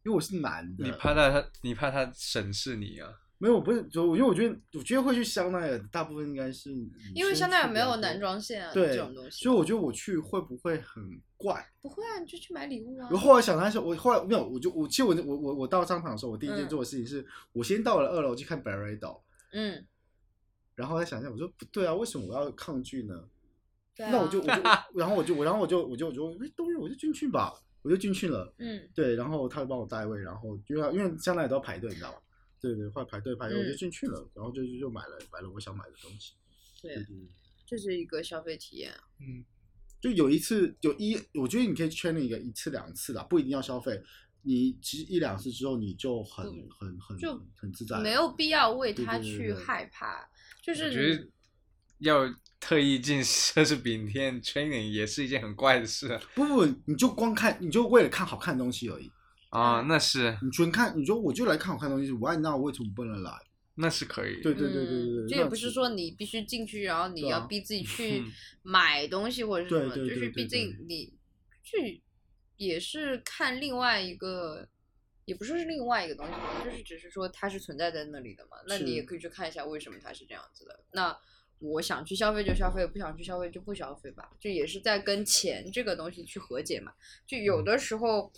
因为我是男的，
你怕他，你怕他审视你啊？
没有，我不是，就因为我觉得我觉得会去香奈儿的大部分应该是女
因为
生
香奈儿
去
没
比较
有
多
男，装线啊
对
这种东西，
所以我觉得我去会不会很怪？
不会啊，你就去买礼物啊。
我后来想，他是我后来没有，我就我其实我我我我到商场的时候，我第一件
嗯
做的事情是、我先到了二楼去看 Barredo，
嗯，
然后再想一下，我说不对啊，为什么我要抗拒呢？
对啊。
那我就我
*laughs*
就然后我就我然后我就我就我就哎都是我就进去吧，我就进去了。
嗯
对，然后他就帮我带位，然后因为他因为香奈儿都要排队，你知道吧？对对，后来排队排队，我就
嗯
进去了，然后就就就买了买了我想买的东西。
对
对
啊，
对对
这是一个消费体验。
嗯，
就有一次有一，我觉得你可以圈了一个一次两次啦，不一定要消费。你其实一两次之后，你就很
嗯
很很
就
很自在了，
没有必要为
对
他
对对
去
对对
害怕，就
我
是
觉得
你
要特意进奢侈品店 training 也是一件很怪的事啊
不不，你就光看，你就为了看好看的东西而已。
啊，那是
你纯看，你说我就来看好看的东西，我爱那我为什么不能来？
那是可以。
对对对对
嗯
对对，
这
那
也不是说你必须进去，然后你
对啊
要逼自己去
嗯
买东西或者是什
对
么，
对对
就是
对对
毕竟你去也是看另外一个，也不说是另外一个东西吧，就是只是说它是存在在那里的嘛。那
是
你也可以去看一下为什么它是这样子的。那我想去消费就消费，不想去消费就不消费吧，就也是在跟钱这个东西去和解嘛。就有的时候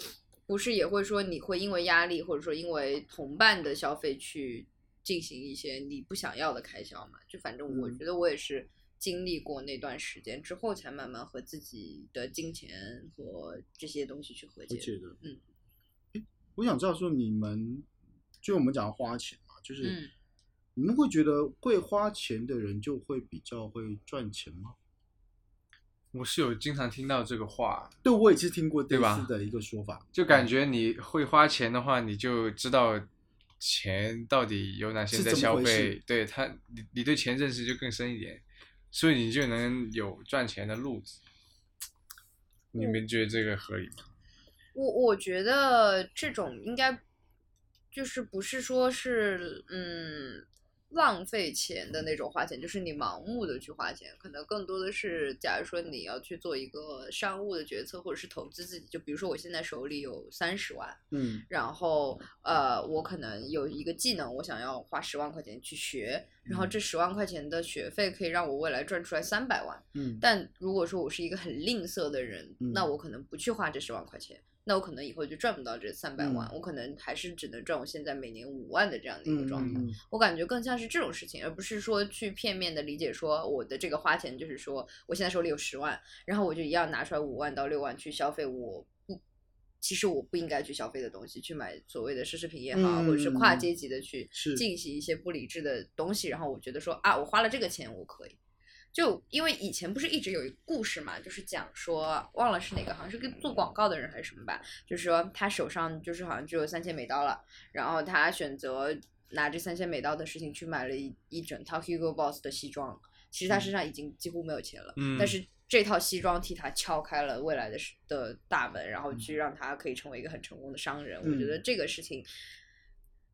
不是也会说你会因为压力，或者说因为同伴的消费去进行一些你不想要的开销嘛？就反正我
嗯
觉得我也是经历过那段时间之后，才慢慢和自己的金钱和这些东西去和
我
解。
觉得，
嗯
诶，我想知道说你们，就我们讲花钱嘛，就是、
嗯
你们会觉得会花钱的人就会比较会赚钱吗？
我是有经常听到这个话，
对，我也是听过类
对吧
似的一个说法，
就感觉你会花钱的话，你就知道钱到底有哪些
是
在
怎么
消
回
费
事，
对他，你你对钱认识就更深一点，所以你就能有赚钱的路子。
嗯
你们觉得这个合理吗？
我我觉得这种应该就是不是说是嗯浪费钱的那种花钱，就是你盲目的去花钱，可能更多的是，假如说你要去做一个商务的决策，或者是投资自己，就比如说我现在手里有三十万，
嗯
然后呃，我可能有一个技能，我想要花十万块钱去学，然后这十万块钱的学费可以让我未来赚出来三百万。
嗯
但如果说我是一个很吝啬的人，
嗯
那我可能不去花这十万块钱，那我可能以后就赚不到这三百万，我可能还是只能赚我现在每年五万的这样的一个
嗯
状态。
嗯
我感觉更像是这种事情，而不是说去片面的理解说我的这个花钱就是说我现在手里有十万，然后我就一样拿出来五万到六万去消费我不。其实我不应该去消费的东西，去买所谓的奢侈品也好，或者是跨
嗯
阶级的去
是
进行一些不理智的东西，然后我觉得说啊，我花了这个钱我可以，就因为以前不是一直有一个故事嘛，就是讲说忘了是哪个，好像是个做广告的人还是什么吧，就是说他手上就是好像只有三千美刀了，然后他选择拿这三千美刀的事情去买了一一整套 Hugo Boss 的西装，其实他
嗯
身上已经几乎没有钱了，
嗯
但是这套西装替他敲开了未来的是的大门，然后去让他可以成为一个很成功的商人。我觉
嗯
得这个事情，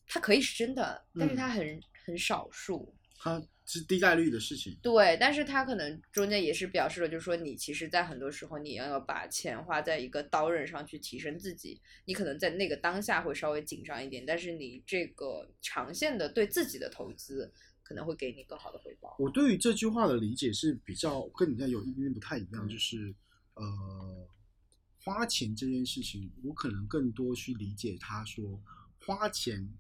他可以是真的，但
嗯
是他很很少数。
它是低概率的事情。
对，但是他可能中间也是表示了，就是说你其实，在很多时候，你要把钱花在一个刀刃上去提升自己。你可能在那个当下会稍微紧张一点，但是你这个长线的对自己的投资，可能会给你更好的回报。
我对于这句话的理解是比较跟你家有一点点不太一样，就是呃，花钱这件事情，我可能更多去理解他说花钱，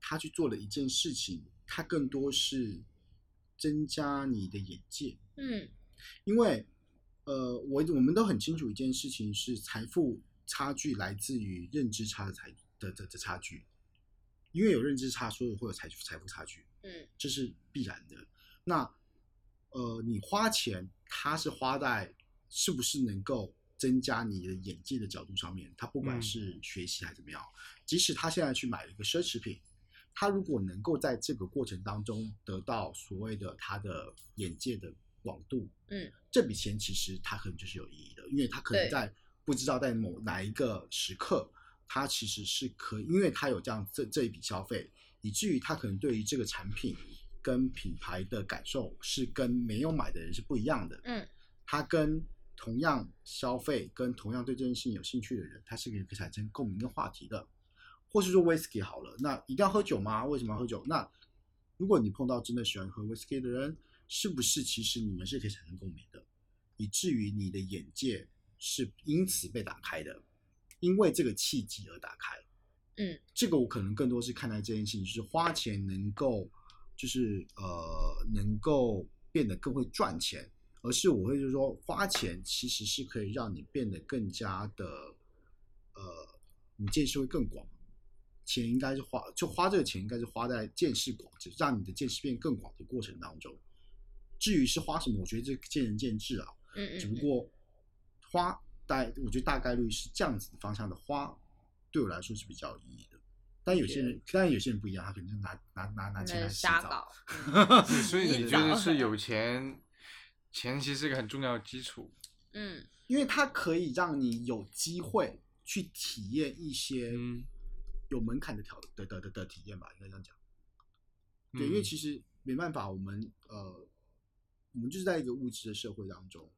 他去做了一件事情，他更多是增加你的眼界，
嗯
因为呃，我我们都很清楚一件事情是财富差距来自于认知差的财的的的差距，因为有认知差，所以会有财财富差距。
嗯
这是必然的。那呃，你花钱，它是花在是不是能够增加你的眼界的角度上面。它不管
嗯
是学习还是怎么样，即使他现在去买了一个奢侈品，他如果能够在这个过程当中得到所谓的他的眼界的广度，
嗯，
这笔钱其实它可能就是有意义的，因为他可能
对
在不知道在某哪一个时刻。他其实是可以，因为他有这样这这一笔消费，以至于他可能对于这个产品跟品牌的感受是跟没有买的人是不一样的。
嗯，
他跟同样消费、跟同样对这件事情有兴趣的人，他是可以产生共鸣跟话题的。或是说 whisky 好了，那一定要喝酒吗？为什么要喝酒？那如果你碰到真的喜欢喝 whisky 的人，是不是其实你们是可以产生共鸣的，以至于你的眼界是因此被打开的，因为这个契机而打开。这个我可能更多是看待这件事情，就是花钱能够，就是呃，能够变得更会赚钱，而是我会就是说，花钱其实是可以让你变得更加的，呃，你见识会更广。钱应该是花，就花这个钱应该是花在见识广，就是让你的见识变更广的过程当中。至于是花什么，我觉得这见仁见智啊。
嗯嗯
只不
嗯，
过花大，我觉得大概率是这样子的方向的花，对我来说是比较有意义的。但有些人，但有些人不一样，他可能就拿拿拿拿钱
那
来洗
瞎
澡。
搞。
所以你
洗
觉得
*laughs*
澡
是有钱，钱其实是一个很重要的基础。
嗯
因为它可以让你有机会去体验一些
嗯
有门槛的挑的的的的体验吧，应该这样讲。对，
嗯
因为其实没办法，我们呃，我们就是在一个物质的社会当中，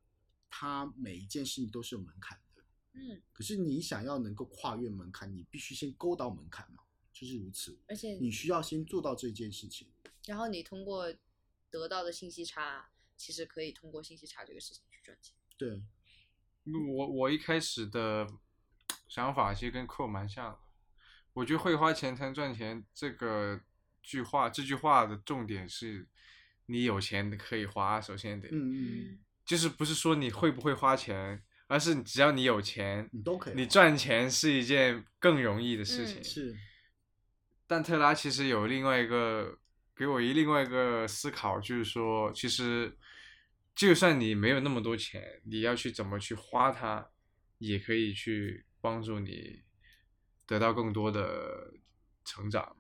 它每一件事情都是有门槛的。
嗯，
可是你想要能够跨越门槛，你必须先勾到门槛嘛，就是如此。
而且
你需要先做到这件事情。
然后你通过得到的信息差，其实可以通过信息差这个事情去赚钱。
对，
我我一开始的想法其实跟 Cole 蛮像的，我觉得会花钱才能赚钱这个句话，这句话的重点是，你有钱可以花，首先得，
嗯嗯，
就是不是说你会不会花钱，而是只要你有钱，
你都可以。啊
你赚钱是一件更容易的事情。
嗯
是，
但特拉其实有另外一个给我一另外一个思考，就是说，其实就算你没有那么多钱，你要去怎么去花它，也可以去帮助你得到更多的成长。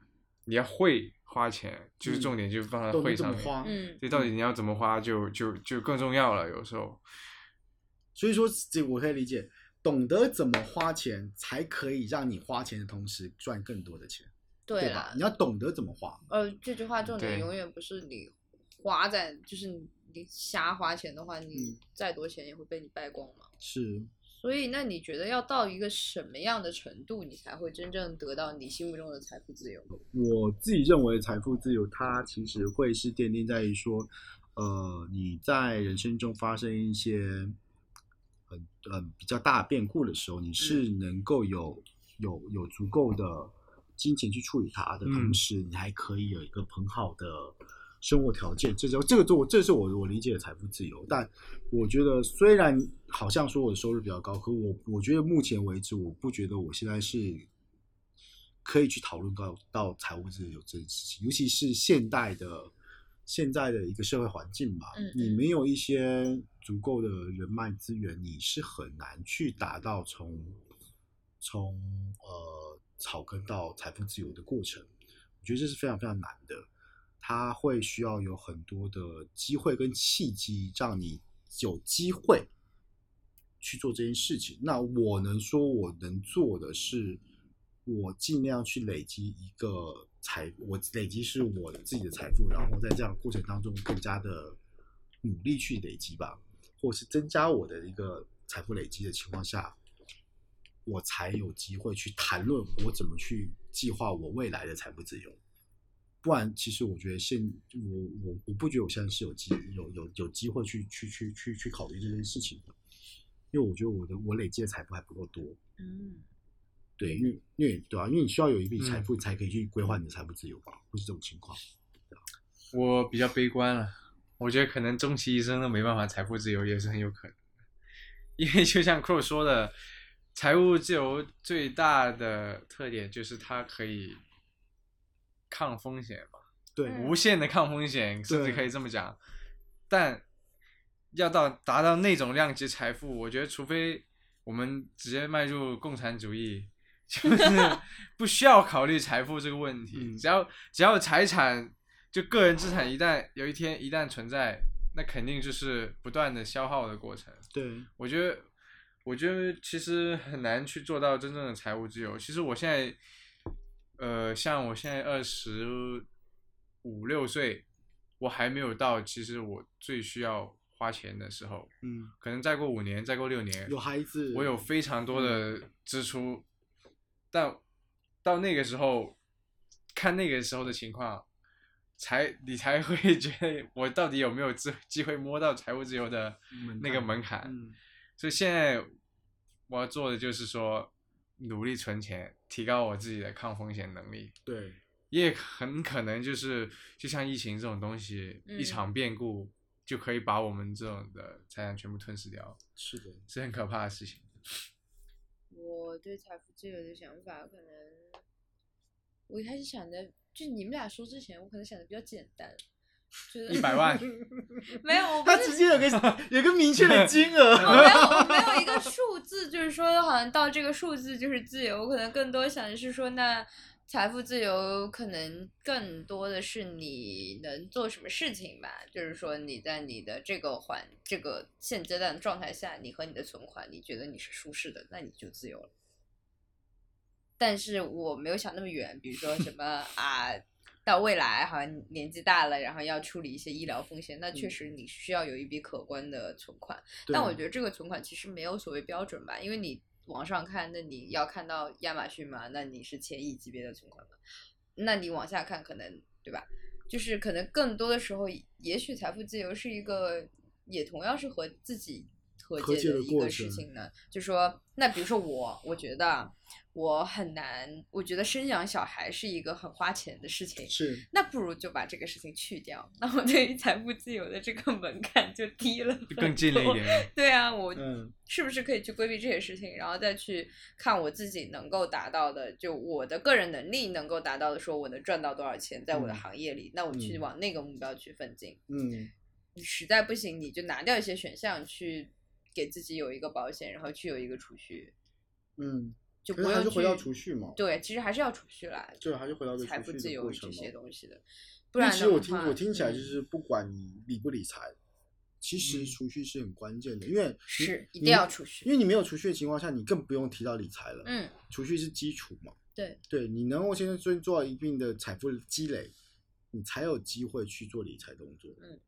你要会花钱，就是
嗯
重点就放在
懂
会
得怎
上
么
面。
花。
嗯
这到底你要怎么花就，就就更重要了。有时候，
所以说，这我可以理解。懂得怎么花钱，才可以让你花钱的同时赚更多的钱，对
对啊
吧？
啦
你，要懂得怎么花，
呃，这句话重点
对
永远不是你花在，就是你你瞎花钱的话，你
嗯
再多钱也会被你败光嘛。
是
所以，那你觉得要到一个什么样的程度，你才会真正得到你心目中的财富自由？
我自己认为财富自由，它其实会是奠定在于说，呃，你在人生中发生一些很很比较大的变故的时候，你是能够有有有足够的金钱去处理它的同
嗯
时，你还可以有一个很好的生活条件。这就这个就这是我我理解的财富自由。但我觉得虽然好像说我的收入比较高，可我我觉得目前为止，我不觉得我现在是可以去讨论到到财务自由这件事情，尤其是现代的现在的一个社会环境吧，
嗯
你
嗯
没有一些足够的人脉资源，你是很难去达到从从呃草根到财富自由的过程。我觉得这是非常非常难的，它会需要有很多的机会跟契机，让你有机会去做这件事情。那我能说我能做的是，我尽量去累积一个财，我累积是我自己的财富，然后在这样的过程当中更加的努力去累积吧，或是增加我的一个财富累积的情况下。我才有机会去谈论我怎么去计划我未来的财富自由。不然，其实我觉得现我我我不觉得我现在是有机有有有机会去去去去去考虑这件事情的，因为我觉得我的我累积的财富还不够多。
嗯，
对，因为因为对啊，因为你需要有一笔
嗯
财富才可以去规划你的财富自由吧，会是这种情况。
我比较悲观了，我觉得可能终其一生都没办法财富自由，也是很有可能。 *laughs* 因为就像 Crow 说的，财务自由最大的特点就是它可以抗风险嘛，
对，
嗯
无限的抗风险，甚至
对
可以这么讲。但要到达到那种量级财富，我觉得除非我们直接迈入共产
*laughs*
主义，就是不需要考虑财富这个问题，
嗯
只要只要财产就个人资产一旦有一天一旦存在，那肯定就是不断的消耗的过程。
对，
我觉得，我觉得其实很难去做到真正的财务自由。其实我现在，呃，像我现在二十五六岁，我还没有到其实我最需要花钱的时候。
嗯，
可能再过五年，再过六年，
有孩子，
我有非常多的
嗯
支出，但到那个时候，看那个时候的情况，才你才会 *laughs* 觉得我到底有没有机机会摸到财务自由的
门
那个
槛
门槛。
嗯，
所以现在我要做的就是说，努力存钱，提高我自己的抗风险能力。
对，
也很可能就是，就像疫情这种东西，
嗯
一场变故就可以把我们这种的财产全部吞噬掉，
是的，
是很可怕的事情。
我对财富自由的想法，可能我一开始想的，就你们俩说之前，我可能想的比较简单，就是
一百万，
*laughs* 没有，我不
他
是
直接有个
*laughs*
有个明确的金额，
我
嗯
没有，我没有一个数字，就是说好像到这个数字就是自由。我可能更多想的是说，那财富自由可能更多的是你能做什么事情吧。就是说你在你的这个环这个现阶段的状态下，你和你的存款，你觉得你是舒适的，那你就自由了。但是我没有想那么远，比如说什么啊。到未来，好像年纪大了，然后要处理一些医疗风险，那确
嗯
实你需要有一笔可观的存款。
对
*laughs*
啊
但我觉得这个存款其实没有所谓标准吧，因为你往上看，那你要看到亚马逊嘛，那你是千亿级别的存款嘛，那你往下看可能对吧？就是可能更多的时候，也许财富自由是一个，也同样是和自己和
和
解
解
的
的
一
过
个事
程
情呢。就说，那比如说我，我觉得啊我很难，我觉得生养小孩是一个很花钱的事情，
是
那不如就把这个事情去掉，那我对于财富自由的这个门槛就低了很多，
更近了一点了。
对啊，我
嗯
是不是可以去规避这些事情，然后再去看我自己能够达到的，就我的个人能力能够达到的，说我能赚到多少钱，在我的
嗯
行业里，那我去
嗯
往那个目标去奋进。
嗯
你实在不行，你就拿掉一些选项，去给自己有一个保险，然后去有一个储蓄，
嗯，
就
可
不
是还
用
是
去
回到储蓄嘛，
对，其实还是要储蓄啦，
对，还是回到这
财
储
富
蓄
自
的
由
过
这
程嘛
些东西的，不
因为
然
其
的
实
话，
我听我听起来就
嗯
是，不管你理不理财，其实储蓄是很关键的，因为你
是一
你
定要储蓄
因为你没有储蓄的情况下，你更不用提到理财了。
嗯，
储蓄是基础嘛，
对
对，你能够先做做到一定的财富积累，你才有机会去做理财动作。
嗯，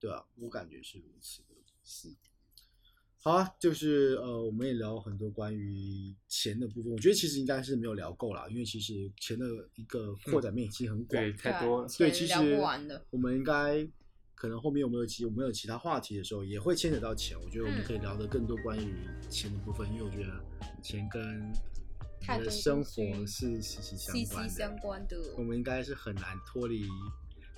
对啊，我感觉是如此的。是。好啊，就是呃，我们也聊很多关于钱的部分，我觉得其实应该是没有聊够啦，因为其实钱的一个扩展面其实很广。
对，
对啊
太多了。
对，
钱
其实
聊不完的
我们应该可能后面有没有其我们有其他话题的时候，也会牵扯到钱。我觉得我们
嗯
可以聊得更多关于钱的部分，因为我觉得钱跟
太
你的
多
生
东西
活是息息相
息
关
息
的。
相关的。
我们应该是很难脱离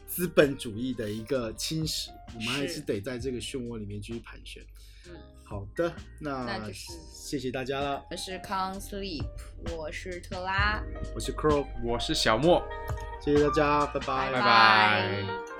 资本主义的一个侵蚀，我们还
是
是得在这个漩涡里面继续盘旋。
嗯，
好的，
那
那
就是
谢谢大家啦，
我是 Con Sleep，我是特拉，
我是 Crow，
我是小莫，
谢谢大家，
拜
拜
拜。